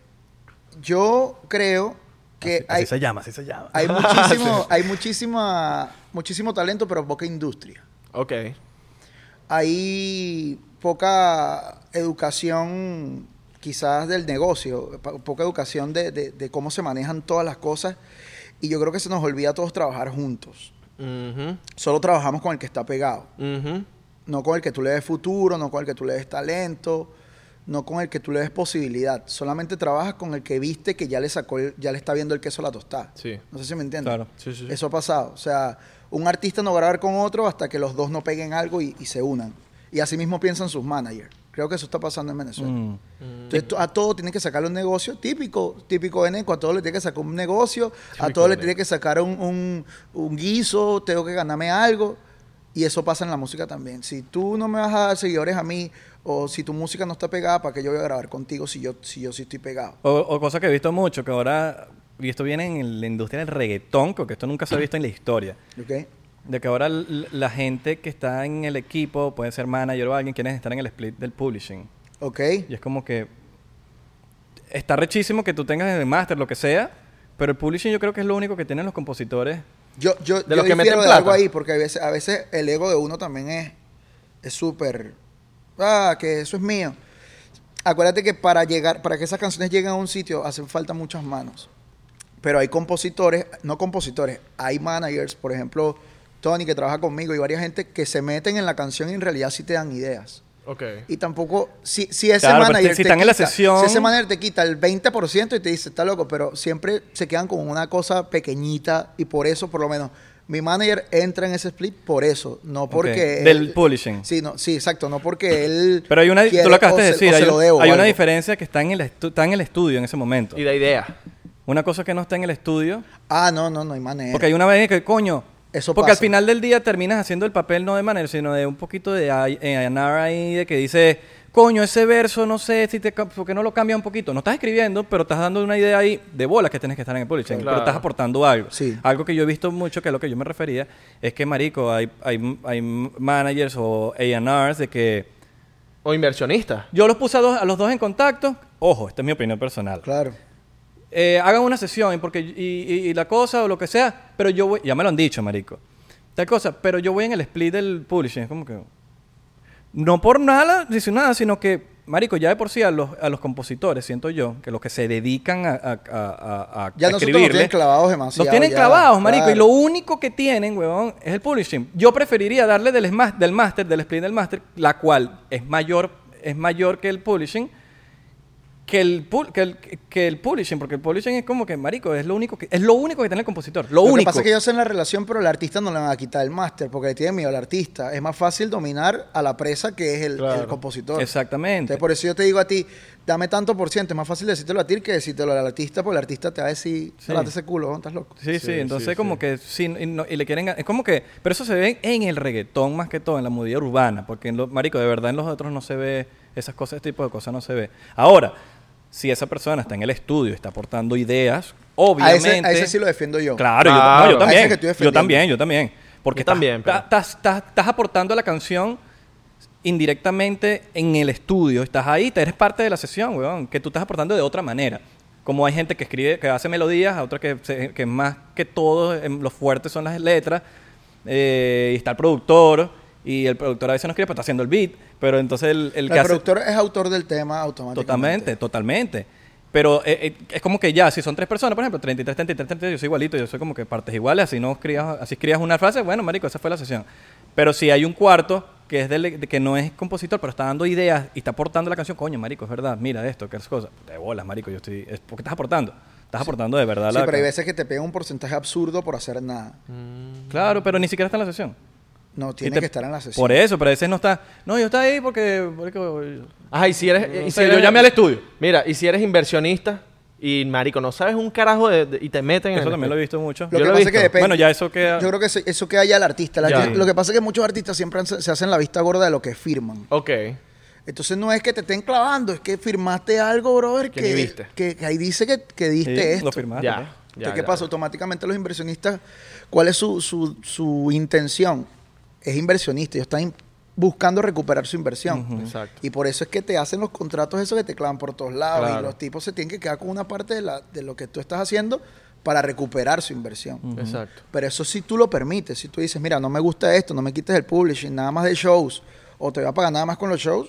S1: Yo creo que
S2: Así-
S1: hay,
S2: así se llama, así se llama.
S1: hay muchísimo, hay muchísima, muchísimo talento, pero poca industria.
S3: Ok.
S1: Hay poca educación quizás del negocio, pa- poca educación de, de- de cómo se manejan todas las cosas. Y yo creo que se nos olvida a todos trabajar juntos.
S3: Ujú,
S1: Solo trabajamos con el que está pegado.
S3: ujú.
S1: No con el que tú le des futuro, no con el que tú le des talento, no con el que tú le des posibilidad. Solamente trabajas con el que viste que ya le sacó, el- ya le está viendo el queso a la tostada.
S3: Sí.
S1: No sé si me entiendes.
S2: Claro.
S3: Sí, sí, sí.
S1: Eso ha pasado. O sea, un artista no va a grabar con otro hasta que los dos no peguen algo y, y se unan. Y así mismo piensan sus managers. Creo que eso está pasando en Venezuela.
S2: Mm.
S1: Entonces, to- a todo tiene que sacarle un negocio típico, típico de Neco. A todo le tiene que sacar un negocio, a todo le tiene que sacar un, un- un guiso, tengo que ganarme algo. Y eso pasa en la música también. Si tú no me vas a dar seguidores a mí, o si tu música no está pegada, ¿para qué yo voy a grabar contigo si yo, si yo sí estoy pegado?
S2: O, o cosa que he visto mucho, que ahora, y esto viene en la industria del reggaetón, que esto nunca se ha visto en la historia,
S1: ¿Ok?
S2: de que ahora l- la gente que está en el equipo, puede ser manager o alguien, quieren estar en el split del publishing.
S1: ¿Ok?
S2: Y es como que está rechísimo que tú tengas el máster, lo que sea, pero el publishing yo creo que es lo único que tienen los compositores.
S1: Yo, yo,
S3: De
S1: yo
S3: los que
S1: difiero
S3: meten
S1: de algo
S3: plata.
S1: ahí, porque a veces, a veces el ego de uno también es es súper. ah, que eso es mío. Acuérdate que para llegar, para que esas canciones lleguen a un sitio, hacen falta muchas manos. Pero hay compositores, no compositores, hay managers, por ejemplo, Tony que trabaja conmigo y varias gente que se meten en la canción y en realidad sí te dan ideas.
S3: Ok.
S1: Y tampoco, si, si ese
S2: Claro, pero
S1: manager.
S2: si están en la
S1: quita-
S2: sesión-
S1: Si ese manager te quita el 20% y te dice, está loco, pero siempre se quedan con una cosa pequeñita y por eso, por lo menos, mi manager entra en ese split por eso, no porque. él-
S2: Del publishing.
S1: Sí, no, sí, exacto, no porque él.
S2: Pero hay una,
S1: quiere
S2: tú lo acabaste
S1: o
S2: de
S1: se-
S2: decir,
S1: o
S2: hay,
S1: se lo debo
S2: hay
S1: o
S2: una
S1: algo.
S2: diferencia que está en, el estu- está en el estudio en ese momento.
S3: Y da idea.
S2: Una cosa es que no está en el estudio,
S1: Ah, no, no, no hay manera.
S2: porque hay una vez que, coño,
S1: Eso
S2: porque al
S1: pasa.
S2: final del día terminas haciendo el papel no de manera, sino de un poquito de ay- eh, anar ahí, de que dice, coño, ese verso, no sé, si te, ca- ¿por qué no lo cambia un poquito? No estás escribiendo, pero estás dando una idea ahí de bolas que tienes que estar en el publishing,
S3: Claro.
S2: pero estás aportando algo.
S1: Sí.
S2: Algo que yo he visto mucho, que es lo que yo me refería, es que, marico, hay, hay, hay managers o A&Rs de que...
S3: O inversionista.
S2: Yo los puse a, dos- a los dos en contacto. Ojo, esta es mi opinión personal.
S1: Claro.
S2: Eh, hagan una sesión porque, y, y- y la cosa o lo que sea, pero yo voy, ya me lo han dicho, marico. Tal cosa, pero yo voy en el split del publishing. Es como que. No por nada, dice nada, sino que, marico, ya de por sí a los, a los compositores, siento yo, que los que se dedican a, a, a- a- a
S1: Ya nosotros los
S2: escribirle,
S1: tienen clavados demasiado,
S2: Los tienen
S1: ya,
S2: clavados, marico, y
S1: claro.
S2: lo único que tienen, huevón, es el publishing. Yo preferiría darle del sma- del máster, del split del máster, la cual es mayor, es mayor que el publishing, que el, pu- que, el, que el publishing, porque el publishing es como que, marico, es lo único que, es lo único que tiene el compositor. Lo,
S1: Lo
S2: único.
S1: que pasa es que ellos hacen la relación, pero el artista no le van a quitar el máster porque le tienen miedo al artista. Es más fácil dominar a la presa que es el,
S3: Claro.
S1: el compositor.
S2: Exactamente.
S1: Entonces, por eso yo te digo a ti, dame tanto por ciento. Es más fácil decírtelo a ti que decírtelo al artista, porque el artista te va a decir,
S2: Sí.
S1: "Salate ese culo, ¿no? estás loco.
S2: Sí, sí,
S3: Sí,
S2: entonces
S3: sí,
S2: como
S3: sí.
S2: que sí, y, no- y le quieren gan- es como que, pero eso se ve en el reggaetón más que todo, en la movida urbana, porque en los marico, de verdad en los otros no se ve esas cosas, ese tipo de cosas no se ve. Ahora, si esa persona está en el estudio, está aportando ideas,
S1: A ese,
S2: obviamente
S1: a ese sí lo defiendo yo.
S2: Claro, yo- no,
S3: Claro.
S2: Yo,
S3: A
S2: también.
S1: ese que estoy
S2: yo
S1: defendiendo.
S2: también, yo también. Porque
S3: Yo
S2: estás,
S3: también, pero-
S2: estás- estás- estás aportando a la canción indirectamente en el estudio. Estás ahí, te eres parte de la sesión, weón. Que tú estás aportando de otra manera. Como hay gente que escribe, que hace melodías, a otra que, se- que más que todo, em, lo fuerte son las letras. eh, y está el productor. Y el productor a veces no escribe, pero está haciendo el beat. Pero entonces el, el
S1: El,
S2: que hace-
S1: productor es autor del tema automáticamente.
S2: Totalmente, totalmente. Pero eh, eh, es como que ya, si son tres personas, por ejemplo, 33, 33, 33, yo soy igualito, yo soy como que partes iguales, así no crías, así crías una frase, bueno, marico, esa fue la sesión. Pero si hay un cuarto que es del- de- que no es compositor, pero está dando ideas y está aportando la canción, coño, marico, es verdad, mira esto, que es cosa. Te bolas, marico, yo estoy, es porque estás aportando. Estás aportando de verdad
S1: Sí,
S2: la
S1: pero hay veces que te pegan un porcentaje absurdo por hacer nada.
S2: Claro, pero ni siquiera está en la sesión.
S1: No,
S2: Y
S1: tiene
S2: te-
S1: que estar en la sesión.
S2: Por eso, pero a veces no está, no, yo está ahí porque, porque-
S3: Ajá, y si eres. y
S2: No
S3: si
S2: sé,
S3: eres-
S2: yo llamé al estudio.
S3: Mira, y si eres inversionista y marico, no sabes un carajo de- de- y te meten en
S2: eso
S3: el-
S2: también lo he visto mucho.
S1: Lo
S3: Yo
S1: que
S3: lo he
S1: pasa es que
S3: visto.
S1: depende.
S2: Bueno, ya eso queda-
S1: Yo creo que se- eso queda ya al artista. El
S3: Ya.
S1: artista- Lo que pasa es que muchos artistas siempre han- se hacen la vista gorda de lo que firman.
S3: Ok.
S1: Entonces no es que te estén clavando, es que firmaste algo, brother,
S3: Que
S1: que,
S3: ni viste.
S1: que- que ahí dice que, que diste
S2: Sí,
S1: esto.
S2: lo firmaste, pues.
S3: Ya.
S1: Entonces,
S3: ya,
S1: ¿Qué
S3: ya.
S1: pasa? Automáticamente los inversionistas, ¿cuál es su, su- su intención? Es inversionista, ellos están in- buscando recuperar su inversión.
S3: Exacto.
S1: Y por eso es que te hacen los contratos esos que te clavan por todos lados
S3: Claro.
S1: y los tipos se tienen que quedar con una parte de, la- de lo que tú estás haciendo para recuperar su inversión.
S3: Exacto.
S1: Pero eso sí tú lo permites. Si tú dices, mira, no me gusta esto, no me quites el publishing, nada más de shows, o te voy a pagar nada más con los shows,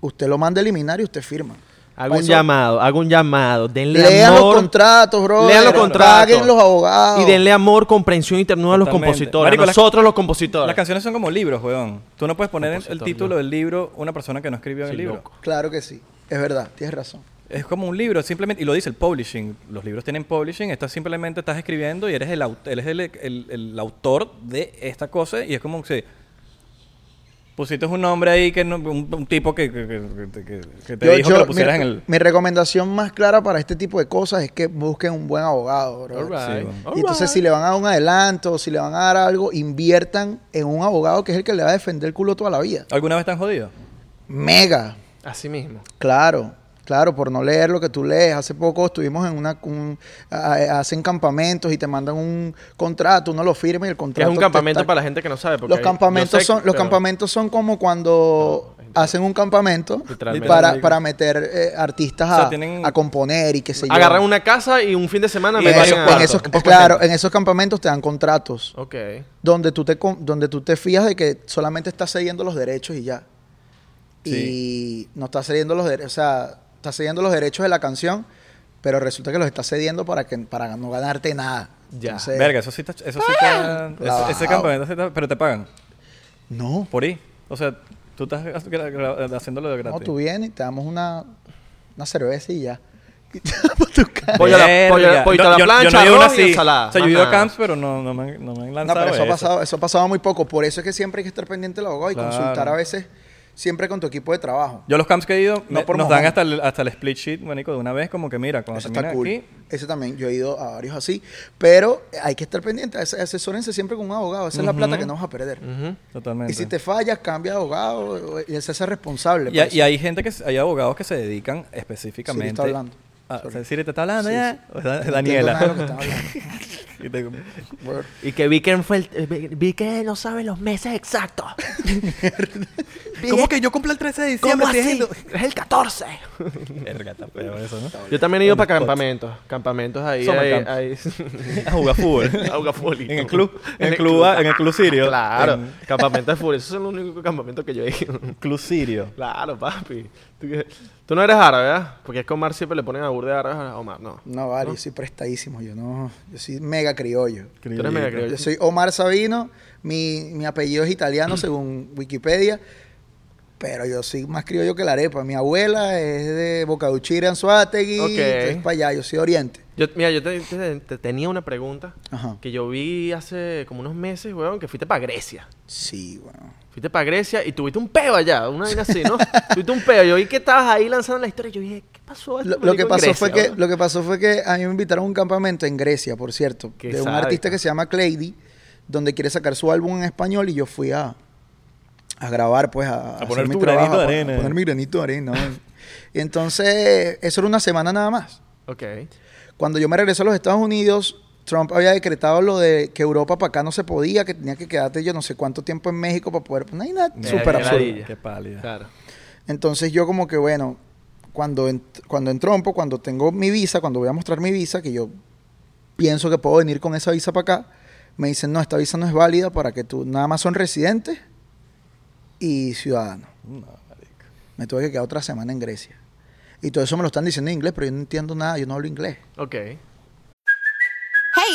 S1: usted lo manda a eliminar y usted firma.
S3: Hago un
S1: Eso-
S3: llamado, hago un llamado. Denle
S1: Lean los
S3: amor.
S1: contratos, bro.
S3: Lean los contratos.
S1: Paguen los abogados.
S3: Y denle amor, comprensión y ternura a los
S2: Totalmente.
S3: compositores.
S2: Marico,
S3: a
S2: las-
S3: nosotros los compositores.
S2: Las canciones son como libros, weón. Tú no puedes poner el
S3: Compositor,
S2: título
S3: no.
S2: del libro una persona que no escribió
S3: Sí,
S2: el libro.
S3: loco.
S1: Claro que sí. Es verdad, tienes razón.
S2: Es como un libro, simplemente, y lo dice el publishing. Los libros tienen publishing, estás simplemente estás escribiendo y eres el, au- eres el, el- el autor de esta cosa. Y es como que si pusiste un nombre ahí, que no- un, un tipo que, que- que- que- que te
S1: Yo-
S2: dijo
S1: yo-
S2: que lo pusieras
S1: mi,
S2: en el.
S1: mi recomendación más clara para este tipo de cosas es que busquen un buen abogado, bro.
S3: All right.
S2: Sí, bueno.
S3: All
S1: Y entonces
S3: right.
S1: si le van a dar un adelanto, si le van a dar algo, inviertan en un abogado que es el que le va a defender el culo toda la vida.
S2: ¿Alguna vez te han jodido?
S1: Mega.
S3: Así mismo.
S1: Claro, claro, por no leer lo que tú lees. Hace poco estuvimos en una. un- a- hacen campamentos y te mandan un contrato, uno lo firma y el
S3: Que es
S1: contrato.
S3: un
S1: te
S3: campamento
S1: está-
S3: para la gente que no sabe. porque
S1: Los
S3: hay-
S1: campamentos,
S3: yo sé,
S1: son, los
S3: pero-
S1: campamentos son como cuando hacen un campamento
S3: Literalmente.
S1: para, para meter eh, artistas
S2: O sea,
S1: a,
S2: tienen-
S1: a componer y que
S2: Pues
S1: se
S3: Agarran una casa y un fin de semana
S1: en,
S3: meten
S1: esos-
S3: a-
S1: en esos,
S3: un poco de
S1: claro,
S3: gente.
S1: en esos campamentos te dan
S2: eh.
S1: contratos
S3: Ok.
S1: donde tú te con- donde tú te fías de que solamente estás cediendo los derechos y ya. Y no estás cediendo los derechos, o sea, estás cediendo los derechos de la canción, pero resulta que los estás cediendo para que para no ganarte nada.
S3: Ya.
S1: Entonces,
S2: Verga, eso sí está. Eso sí está
S1: ¡Ah! Clavado.
S2: ese, ese campamento sí está. Pero te pagan
S1: No.
S2: por ahí. O sea, tú estás gra- gra- haciéndolo de
S1: No,
S2: gratis.
S1: tú vienes y te damos una, una cerveza y ya. Y te vas pa' tu casa.
S3: Pollo a la-
S2: Verga.
S3: pollo a la- pollito a la
S2: yo- yo
S3: plancha,
S2: no he ido a una
S3: arroz y
S2: así.
S3: ensalada.
S2: O sea, yo
S3: Más
S2: he ido a
S3: nada.
S2: camps, pero no, no, me, han- no me han
S1: No,
S2: lanzado.
S1: pero eso ha,
S2: eso.
S1: pasado, eso ha pasado muy poco. Por eso es que siempre hay que estar pendiente del abogado y
S2: Claro.
S1: consultar a veces, siempre con tu equipo de trabajo.
S2: Yo los camps que he ido
S1: No
S2: me-
S1: por
S2: nos
S1: mojón.
S2: dan hasta el, hasta el split sheet, manico, de una vez, como que mira, cuando
S1: Eso
S2: termina
S1: está cool.
S2: aquí,
S1: Ese también, yo he ido a varios así. Pero hay que estar pendiente. As- Asesórense siempre con un abogado. Esa es la plata que no vas a perder.
S2: totalmente.
S1: Y si te fallas, cambia de abogado y él se hace responsable. pues.
S2: y,
S1: por
S2: hay-
S1: eso.
S2: y hay gente que, se- hay abogados que se dedican específicamente.
S1: Siri está hablando.
S2: Ah,
S1: Sorry.
S2: Siri te está hablando
S1: Sí,
S2: ya. O sea,
S1: No entiendo nada de lo que
S2: Daniela.
S1: están hablando.
S2: Y te-
S1: Bueno,
S3: Y que Vicken fue el. eh, Vi- Vicken no sabe los meses exactos.
S2: ¿Cómo que yo compré el 13 de
S3: ¿Cómo
S2: diciembre?
S3: así?
S2: si es el-
S3: Es el 14.
S2: Verga, está feo eso, ¿no?
S3: Yo también he ido para campamentos. Campamentos ahí.
S2: Summer
S3: ahí-
S2: camp.
S3: ahí-
S2: A jugar fútbol.
S3: Augafolito.
S2: En el club, en el club, en el club sirio.
S3: Claro,
S2: En
S3: campamento de fútbol. Esos son los únicos campamentos que yo he ido.
S2: club sirio.
S3: Claro, papi. Tú, que- tú no eres árabe, ¿verdad? Porque es que Omar siempre le ponen a burda de árabe a Omar. No.
S1: No, vale, yo soy prestadísimo. Yo no, yo soy mega criollo.
S3: Tú eres mega criollo.
S1: Yo soy Omar Sabino, mi, mi apellido es italiano según Wikipedia, pero yo soy más criollo que la arepa. Mi abuela es de Bocaduchira, Anzuategui,
S3: Ok.
S1: es para allá, yo soy de Oriente.
S3: Yo, mira, yo te, te- te tenía una pregunta
S1: Ajá.
S3: que yo vi hace como unos meses, weón, que fuiste para Grecia.
S1: Sí, bueno.
S3: Fuiste para Grecia y tuviste un peo allá, una vaina así, ¿no? tuviste un peo. Yo vi que estabas ahí lanzando la historia y yo dije, ¿qué pasó? a este
S1: Lo, lo
S3: marico
S1: que
S3: en
S1: pasó
S3: Grecia,
S1: fue que,
S3: weón?
S1: lo que pasó fue que a mí me invitaron a un campamento en Grecia, por cierto,
S3: Qué
S1: de un
S3: sádico.
S1: artista que se llama Cleidy, donde quiere sacar su álbum en español y yo fui a, a grabar, pues, a, hacer
S2: poner
S1: mi
S2: tu granito
S1: trabajo,
S2: de
S1: a pon-
S2: arena.
S1: A poner mi granito de arena. bueno. y entonces, eso era una semana nada más.
S3: Ok.
S1: Cuando yo me regresé a los Estados Unidos, Trump había decretado lo de que Europa para acá no se podía, que tenía que quedarte yo no sé cuánto tiempo en México para poder. Una vaina
S3: Mira,
S1: súper
S3: qué
S1: absurdo.
S3: ladilla.
S2: Qué pálida.
S3: Claro.
S1: Entonces yo como que, bueno, cuando, en, cuando entrompo, cuando tengo mi visa, cuando voy a mostrar mi visa, que yo pienso que puedo venir con esa visa para acá, me dicen, no, esta visa no es válida para que tú, nada más son residentes y ciudadanos. Me tuve que quedar otra semana en Grecia. Y todo eso me lo están diciendo en inglés, pero yo no entiendo nada, yo no hablo inglés.
S3: Ok.
S5: Hey,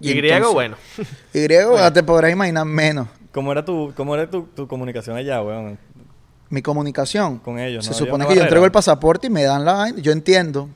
S3: Y,
S1: entonces-
S3: griego, bueno.
S1: Y griego, ah, te podrás imaginar menos.
S2: ¿Cómo era tu, cómo era tu, tu comunicación allá, weón?
S1: mi comunicación
S2: Con ellos,
S1: Se
S2: ¿no? Había
S1: supone
S2: una
S1: que yo
S2: barrera.
S1: entrego el pasaporte y me dan la vaina. Yo entiendo.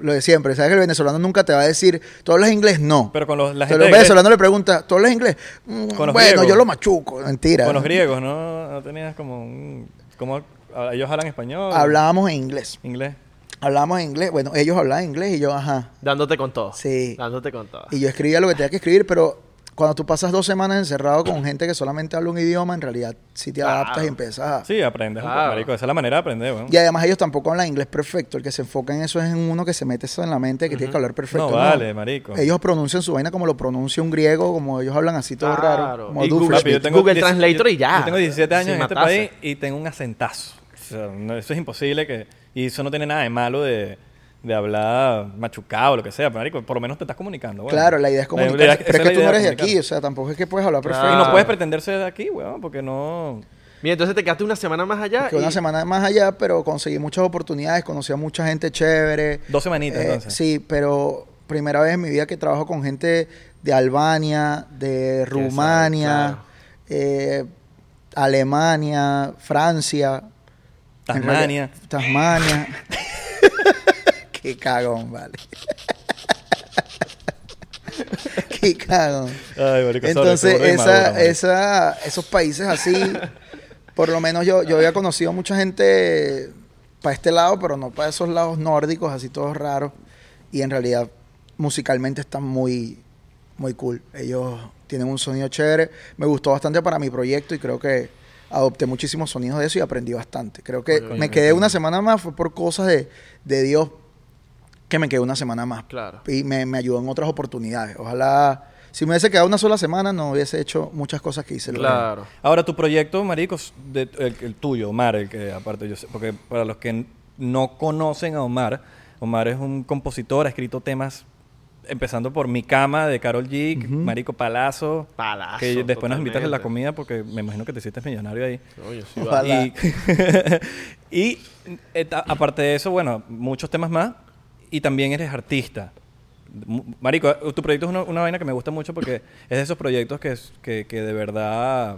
S1: Lo de siempre. ¿Sabes que el venezolano nunca te va a decir, ¿tú hablas inglés? No.
S2: Pero con los, la
S1: Entonces,
S2: gente de
S1: el venezolano le pregunta, ¿tú hablas inglés? Mm,
S2: Con los
S1: bueno,
S2: griegos.
S1: yo lo machuco. Mentira.
S2: Grecia- con los griegos, ¿no? No tenías como un... Como, a- ellos hablan español.
S1: Hablábamos en inglés.
S2: Inglés.
S1: Hablábamos en inglés. Bueno, ellos hablaban inglés y yo, ajá.
S3: Dándote con todo.
S1: Sí.
S3: Dándote con todo.
S1: Y yo escribía lo que tenía que escribir, pero Cuando tú pasas dos semanas encerrado con gente que solamente habla un idioma, en realidad sí te adaptas y empiezas a...
S2: Sí, aprendes,
S3: Claro.
S2: marico. Esa es la manera de aprender, weón.
S1: Y además ellos tampoco hablan inglés perfecto. El que se enfoca en eso es en uno que se mete eso en la mente que tiene que hablar perfecto.
S2: No vale, marico.
S1: Ellos pronuncian su vaina como lo pronuncia un griego, como ellos hablan así todo
S3: Claro.
S1: raro. Como
S3: Y
S1: Dufresne.
S3: Google-
S2: yo tengo
S3: Google
S2: 10
S3: Translator
S2: yo-
S3: y ya.
S2: Yo tengo 17 años
S3: Sin
S2: en este
S3: matarse.
S2: país y tengo un acentazo. O sea, no- eso es imposible que... Y eso no tiene nada de malo de, de hablar machucado o lo que sea. Pero, marico, por lo menos te estás comunicando, weón.
S1: Claro, la idea es
S2: La- la
S1: comunicar.
S2: idea- esa
S1: pero es que
S2: la
S1: tú no
S2: idea
S1: eres de aquí, o
S2: comunicar.
S1: sea, tampoco es que puedes hablar perfecto.
S2: Y
S3: Ah.
S2: no puedes pretender ser de aquí, weón, porque no...
S3: Mira, entonces te quedaste una semana más allá.
S1: Que una
S3: Ah, y-
S1: semana más allá, pero conseguí muchas oportunidades, conocí a mucha gente chévere.
S2: Dos semanitas,
S1: Eh,
S2: entonces.
S1: Sí, pero primera vez en mi vida que trabajo con gente de Albania, de Rumania,
S3: claro.
S1: eh, Alemania, Francia. En
S2: Tasmania.
S1: realidad- Tasmania. Qué cagón, vale. Qué cagón.
S2: Ay, marico, sorry,
S1: Entonces,
S2: seguro de
S1: esa-
S2: Maduro, marico.
S1: esa- esos países así, por lo menos yo, yo había conocido mucha gente para este lado, pero no para esos lados nórdicos, así todos raros. Y en realidad, musicalmente están muy, muy cool. Ellos tienen un sonido chévere. Me gustó bastante para mi proyecto y creo que adopté muchísimos sonidos de eso y aprendí bastante. Creo que me quedé una semana más, fue por cosas de, de Dios que me quedé una semana más.
S3: Claro.
S1: Y me, me ayudó en otras oportunidades. Ojalá, si me hubiese quedado una sola semana, no hubiese hecho muchas cosas que hice. luego.
S3: Claro.
S2: Ahora, tu proyecto, marico, s- de- el, el tuyo, Omar, el que aparte yo sé, porque para los que n- no conocen a Omar, Omar es un compositor, ha escrito temas, empezando por Mi Cama de Carol G, Marico Palazo,
S3: Palazo,
S2: que después nos invitas a la
S3: totalmente.
S2: comida porque me imagino que te hiciste millonario ahí.
S3: No, yo sí, va.
S1: Ojalá.
S2: Y, y, eh, ta- aparte de eso, bueno, muchos temas más. Y también eres artista. Mu- Marico, eh, tu proyecto es una, una vaina que me gusta mucho porque es de esos proyectos que, es- que, que de verdad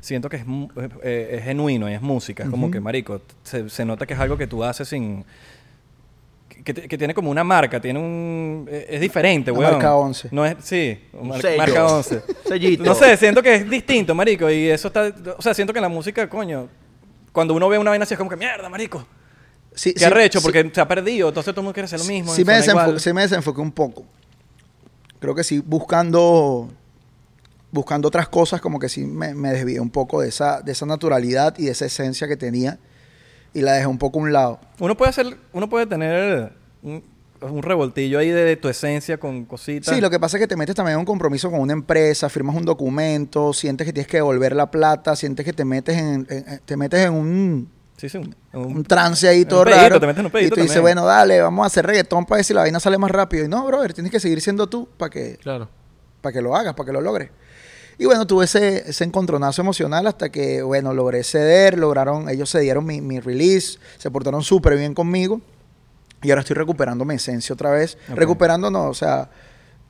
S2: siento que es, mu- eh, es genuino y es música. Es como que, Marico, se, se nota que es algo que tú haces sin... Que, te- que tiene como una marca, tiene un... eh, Es diferente,
S1: Una
S2: weón.
S1: marca 11.
S2: No es, sí, mar-
S3: sello.
S2: marca 11.
S3: Sellito.
S2: No sé, siento que es distinto, marico. Y eso está... O sea, siento que la música, coño... Cuando uno ve una vaina así es como que, mierda, marico.
S1: Sí,
S2: Qué
S1: sí,
S2: arrecho,
S1: sí,
S2: porque se ha perdido. Entonces todo el mundo quiere hacer lo mismo.
S1: sí me,
S2: suena
S1: desenfo-
S2: igual.
S1: sí me desenfoqué un poco. Creo que sí, buscando buscando otras cosas, como que sí me, me desvié un poco de esa, de esa naturalidad y de esa esencia que tenía y la dejé un poco a un lado.
S2: Uno puede hacer... Uno puede tener un, un revoltillo ahí de, de tu esencia con cositas.
S1: Sí, lo que pasa es que te metes también en un compromiso con una empresa, firmas un documento, sientes que tienes que devolver la plata, sientes que te metes en, en- en- te metes en un,
S2: Sí, sí. Un,
S1: un trance ahí todo
S2: pedito,
S1: raro.
S2: te metes en un
S1: y
S2: pedito
S1: tú dices,
S2: también.
S1: bueno, dale, vamos a hacer reggaetón para ver si la vaina sale más rápido. Y no, brother, tienes que seguir siendo tú para que,
S3: Claro.
S1: para que lo hagas, para que lo logres. Y bueno, tuve ese, ese encontronazo emocional hasta que, bueno, logré ceder, lograron, ellos cedieron mi, mi release, se portaron súper bien conmigo. Y ahora estoy recuperando mi esencia otra vez.
S2: Ok.
S1: Recuperando, no, o sea,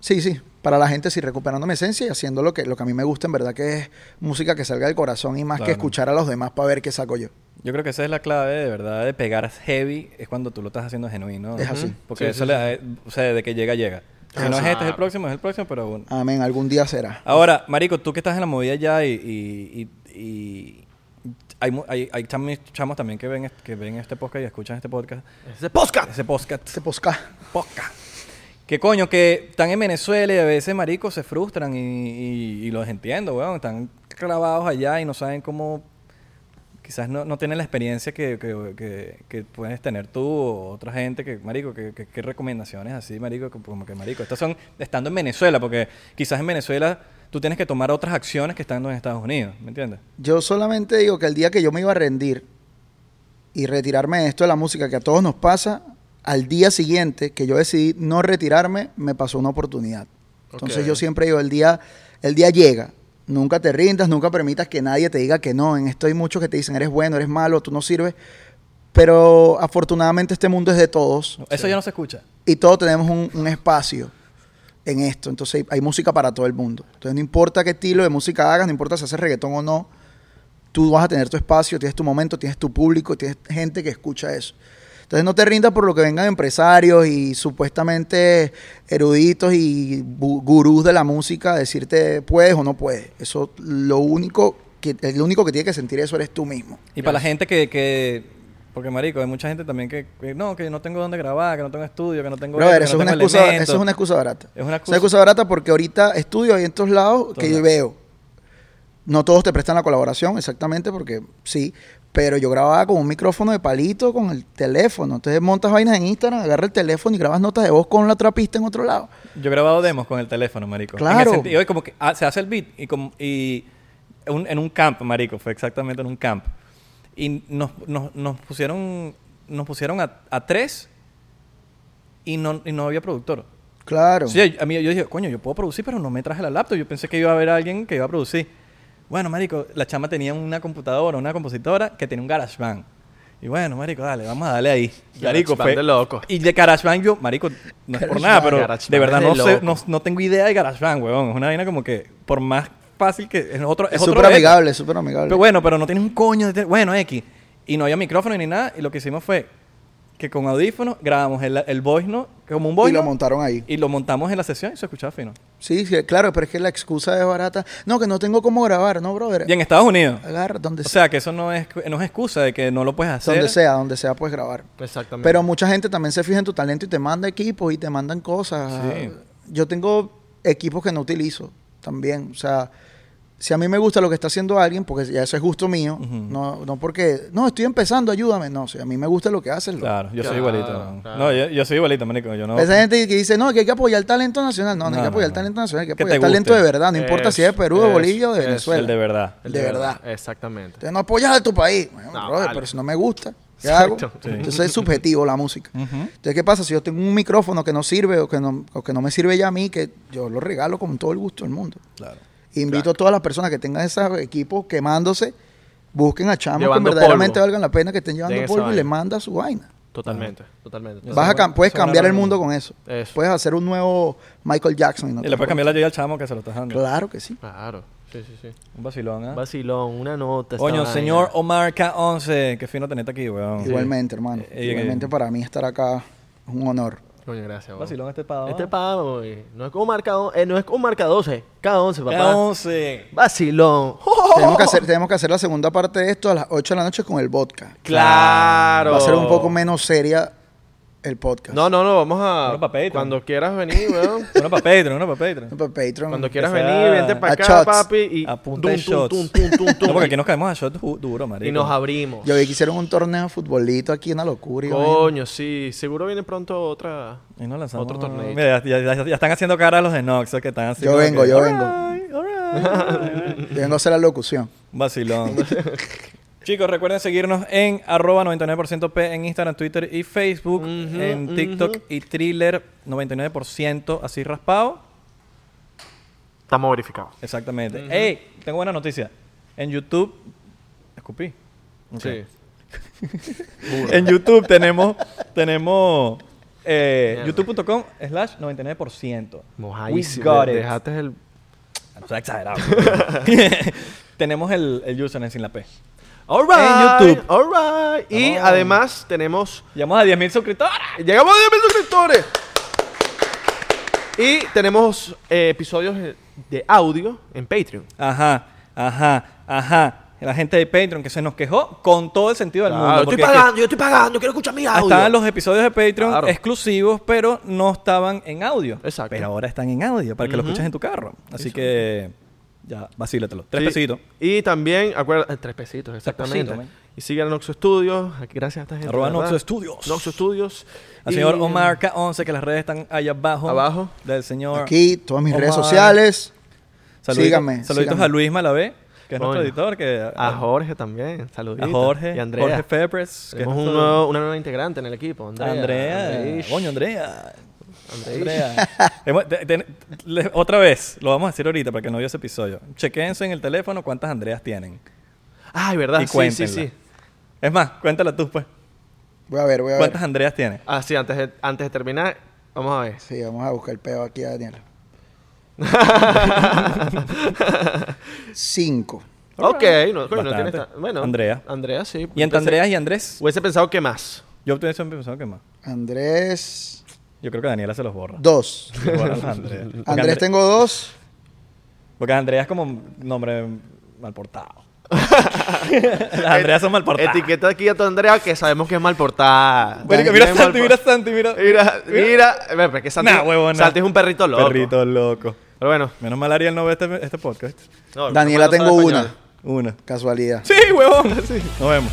S1: sí, sí, para la gente sí, recuperando mi esencia y haciendo lo que, lo que a mí me gusta, en verdad, que es música que salga del corazón y más que
S2: Claro.
S1: escuchar a los demás para ver qué saco yo.
S2: Yo creo que esa es la clave de verdad de pegar heavy es cuando tú lo estás haciendo genuino.
S1: Es así.
S2: Porque eso le da- o sea, de que llega, llega. Si no es
S1: Ah.
S2: este, es el próximo, es el próximo, pero bueno.
S1: Amén, algún día será.
S2: Ahora, Marico, tú que estás en la movida ya y, y- y- y hay, mu- hay, hay chami- chamos también que ven, est- que ven este podcast y escuchan este podcast.
S3: Ese podcast.
S2: Ese podcast.
S1: Este posca.
S2: Podcast. Que coño, que están en Venezuela y a veces, Marico, se frustran y, y- y los entiendo, weón. Están clavados allá y no saben cómo... Quizás no, no tienen la experiencia que, que- que- que puedes tener tú o otra gente que, marico, que, que- que recomendaciones así, marico, como- como que, marico, estas son estando en Venezuela, porque quizás en Venezuela tú tienes que tomar otras acciones que estando en Estados Unidos, ¿me entiendes?
S1: Yo solamente digo que el día que yo me iba a rendir y retirarme de esto de la música que a todos nos pasa, al día siguiente que yo decidí no retirarme, me pasó una oportunidad. Entonces
S3: Ok.
S1: yo siempre digo, el día, el día llega. Nunca te rindas, nunca permitas que nadie te diga que no. En esto hay muchos que te dicen, eres bueno, eres malo, tú no sirves. Pero afortunadamente este mundo es de todos
S2: Eso ya no se escucha.
S1: y todos tenemos un, un espacio en esto. Entonces hay, hay música para todo el mundo. Entonces no importa qué estilo de música hagas, no importa si haces reggaetón o no, tú vas a tener tu espacio, tienes tu momento, tienes tu público, tienes gente que escucha eso. Entonces no te rindas por lo que vengan empresarios y supuestamente eruditos y bu- gurús de la música a decirte puedes o no puedes. Eso lo único que el único que tiene que sentir eso eres tú mismo.
S2: Y para la gente que, que- Porque, marico, hay mucha gente también que, que no, que no tengo dónde grabar, que no tengo estudio, que no tengo...
S1: Brother,
S2: esto,
S1: eso,
S2: que no
S1: es una
S2: tengo
S1: excusa,
S2: elementos.
S1: eso es una excusa barata.
S2: Es una
S1: Es una
S2: excusa.
S1: excusa barata porque ahorita estudios hay en todos lados que
S2: Todos
S1: yo
S2: lados.
S1: veo. No todos te prestan la colaboración, exactamente, porque sí. Pero yo grababa con un micrófono de palito con el teléfono. Entonces montas vainas en Instagram, agarras el teléfono y grabas notas de voz con la trapista en otro lado.
S2: Yo he grabado demos con el teléfono, marico. En
S1: Claro.
S2: el sentido de como que ah, se hace el beat y, como, y un- en un camp, marico. Fue exactamente en un camp. Y nos, nos, nos pusieron, nos pusieron a, a tres y no, y no había productor.
S1: Claro.
S2: Sí, a mí yo dije, coño, yo puedo producir, pero no me traje la laptop. Yo pensé que iba a haber alguien que iba a producir. Bueno, marico, la chama tenía una computadora, una compositora que tenía un GarageBand. Y bueno, marico, dale, vamos a darle ahí. Marico,
S3: GarageBand de loco.
S2: Y de GarageBand yo, marico, no es por nada, pero
S3: GarageBand
S2: de verdad
S3: de
S2: no, sé,
S3: loco.
S2: no, no tengo idea de GarageBand, weón. Es una vaina como que, por más fácil que... Es otro
S1: Es
S2: otro
S1: súper
S2: reto.
S1: amigable, súper amigable.
S2: Pero bueno, pero no tienes un coño de... te- Bueno, X. Y no había micrófono ni nada. Y lo que hicimos fue que con audífonos grabamos el, el voice note, como un voice
S1: y lo
S2: note,
S1: montaron ahí.
S2: y lo montamos en la sesión y se escuchaba fino.
S1: Sí, sí, claro, pero es que la excusa es barata. No, que no tengo cómo grabar, no, brother.
S2: Y en Estados Unidos.
S1: Agarra donde
S2: O
S1: sea,
S2: sea, que eso no es, no es excusa de que no lo puedes hacer.
S1: donde sea, donde sea puedes grabar.
S3: Exactamente.
S1: Pero mucha gente también se fija en tu talento y te manda equipos y te mandan cosas.
S2: Sí.
S1: Yo tengo equipos que no utilizo también. O sea, si a mí me gusta lo que está haciendo alguien, porque ya eso es gusto mío, no, no porque, no, estoy empezando, ayúdame. No, si a mí me gusta lo que haces, lo-
S2: Claro, yo soy
S3: Claro,
S2: igualito. weón.
S3: claro.
S2: No, yo, yo soy igualito, marico. Yo no...
S1: Esa gente que dice, no, que hay que apoyar el talento nacional. No, no, hay
S2: No,
S1: que
S2: no,
S1: apoyar el
S2: no.
S1: talento nacional, hay que
S2: Que
S1: apoyar
S2: te
S1: el talento de
S2: guste.
S1: verdad. No importa si es de Perú, de
S3: Eso,
S1: Bolivia o de
S3: eso,
S1: Venezuela.
S2: El de verdad.
S1: El de verdad.
S3: Exactamente.
S1: Entonces no apoyas a tu país. Bueno,
S3: No,
S1: brother,
S3: vale.
S1: pero si no me gusta, ¿qué hago?
S3: Exacto. Sí.
S1: Entonces es subjetivo la música. Entonces, ¿qué pasa? Si yo tengo un micrófono que no sirve o que no, o que no me sirve ya a mí, que yo lo regalo con todo el gusto del mundo.
S2: Claro.
S1: Invito a todas las personas que tengan esos equipos quemándose, busquen a chamos
S3: Llevando
S1: que verdaderamente
S3: polvo.
S1: valgan la pena que estén llevando
S3: Lleven esa
S1: polvo y le
S3: vaina.
S1: manda su vaina.
S3: Totalmente. Totalmente.
S1: Vas a cam- puedes
S2: suena
S1: cambiar el
S2: raro.
S1: mundo con eso.
S3: Eso.
S1: Puedes hacer un nuevo Michael Jackson. Y, no
S2: Y
S1: te
S2: le
S1: importa.
S2: puedes cambiar la llave al chamo que se lo estás dando.
S1: Claro que sí.
S3: Claro. Sí, sí, sí.
S2: Un vacilón, ¿ah?
S3: Un vacilón, una nota. esta
S2: Coño,
S3: vaina.
S2: señor oh. Omar K11. Qué fino tenerte aquí, weón.
S1: Igualmente, hermano.
S2: Eh, eh,
S1: Igualmente
S2: eh.
S1: para mí estar acá es un honor.
S3: Coño, gracias,
S2: Un
S3: weón.
S2: Vacilón este pavo.
S3: Este pavo, güey. No es como marca, on- eh, no es como marca 12. K11, papá.
S2: K11.
S3: Vacilón.
S1: Tenemos que, hacer, tenemos que hacer la segunda parte de esto a las 8 de la noche con el vodka.
S3: Claro.
S1: Va a ser un poco menos seria el podcast.
S3: No, no, no, vamos a.
S2: Uno pa' Patreon.
S3: Cuando quieras venir, weón.
S2: Uno para Patreon, uno para Patreon.
S1: Para Patreon.
S3: Cuando quieras
S2: sea-
S3: venir, vente para
S1: A
S3: acá,
S1: shots.
S3: papi. Y
S2: Apunta
S3: dum,
S2: de
S3: tum,
S2: shots.
S3: tum, tum, tum, tum.
S2: No, porque aquí nos caemos a shots du- duro, marico.
S3: Y nos abrimos.
S1: Yo ¿eh? vi que hicieron un torneo de futbolito aquí, una locura. y vaina.
S3: Coño, sí. Seguro viene pronto otra.
S2: Y nos lanzamos.
S3: Otro torneo.
S2: Mira, ya, ya- ya están haciendo cara a los de Nox, que están así
S1: Yo
S2: como
S1: vengo,
S2: que,
S1: yo
S2: "All
S1: vengo".
S2: right, all right, all right, all right".
S1: Yo vengo a hacer la locución.
S2: Vacilón. Chicos, recuerden seguirnos en arroba 99% P en Instagram, Twitter y Facebook, en TikTok y Thriller 99% así raspado.
S3: Estamos verificados.
S2: Exactamente. ¡Ey! Tengo buena noticia. En YouTube... Escupí. Ok. En YouTube tenemos... tenemos eh,
S3: Mierda.
S2: youtube.com slash 99%.
S3: Mojadísimo.
S2: We got it.
S3: Dejaste el.
S2: Está exagerado. tenemos el, el username sin la P. right,
S3: En YouTube. All right. Y
S2: Oh.
S3: además tenemos.
S2: Llegamos a 10.000 suscriptores.
S3: Llegamos a 10.000 suscriptores. Y tenemos eh, episodios de audio en Patreon.
S2: Ajá, ajá, ajá. La gente de Patreon que se nos quejó con todo el sentido del mundo.
S3: Claro,
S2: porque
S3: estoy
S2: es que
S3: pagando, yo estoy pagando, quiero escuchar mi audio.
S2: Estaban los episodios de Patreon
S3: Claro.
S2: exclusivos, pero no estaban en audio.
S3: Exacto.
S2: Pero ahora están en audio para que lo escuches en tu carro. Así que ya, vacílatelo. Tres
S3: Sí.
S2: pesitos.
S3: Y también, acuérdate, eh, tres pesitos, exactamente.
S2: pesitos, man.
S3: y sigan a Noxo Studios, aquí, gracias a esta gente.
S2: Arroba
S3: ¿verdad?
S2: Noxo Studios.
S3: Noxo Studios.
S2: Al
S3: Y-
S2: señor Omar K11, que las redes están allá abajo.
S3: Abajo.
S2: Del señor.
S1: Aquí, todas mis redes
S2: Omar.
S1: sociales.
S2: Saluditos,
S1: síganme,
S2: Saluditos
S1: síganme.
S2: a Luis Malavé, que es nuestro
S3: Coño.
S2: editor. Que,
S3: A Jorge también, saluditos.
S2: a Jorge.
S3: Y Andrea.
S2: Jorge Febres.
S3: Tenemos un nuevo- una nueva integrante en el equipo, Andrea.
S2: Andrea.
S3: Andreish.
S2: Coño, Andrea.
S3: Andreish.
S2: Andrea. Hemos- te- te- le- otra vez, lo vamos a decir ahorita para que no vio ese episodio. Chequense en el teléfono cuántas Andreas tienen.
S3: Ay, verdad,
S2: Y
S3: Ah, sí, sí,
S2: cuéntenla.
S3: sí.
S2: Es más, cuéntala tú, pues.
S1: Voy a ver, voy a ver.
S2: ¿Cuántas Andreas tiene?
S3: Ah, sí, antes de, antes de terminar, vamos a ver.
S1: Sí, vamos a buscar el peo aquí a Daniel. Cinco.
S3: ok, no, coño, no
S2: Bastante.
S3: tiene tan- Bueno,
S2: Andrea.
S3: Andrea, sí.
S2: Y entre Andreas y Andrés,
S3: Hubiese pensado que más.
S2: yo hubiese pensado que más.
S1: Andrés,
S2: Yo creo que Daniela se los borra.
S1: dos.
S2: Se borra los Andreas. Porque
S1: Andrés
S2: Andre-
S1: tengo dos.
S2: Porque Andrea es como un nombre mal portado. Las Andreas son mal portadas.
S3: Etiqueta aquí a tu Andrea que sabemos que es mal portada.
S2: Marico,
S3: Bien
S2: mira Santi,
S3: mal
S2: mira
S3: por-
S2: Santi, mira.
S3: pues. Mira, mira. Ve, pero es que Santi,
S2: Nah, huevona.
S3: Santi es un perrito loco.
S2: Perrito loco.
S3: Pero bueno.
S2: Menos mal Ariel no ve este, este podcast.
S3: no,
S1: Daniela,
S3: no sabe
S1: tengo
S3: español.
S1: una.
S2: Una.
S1: Casualidad.
S2: Sí, huevón. Sí. Nos vemos.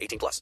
S6: 18 plus.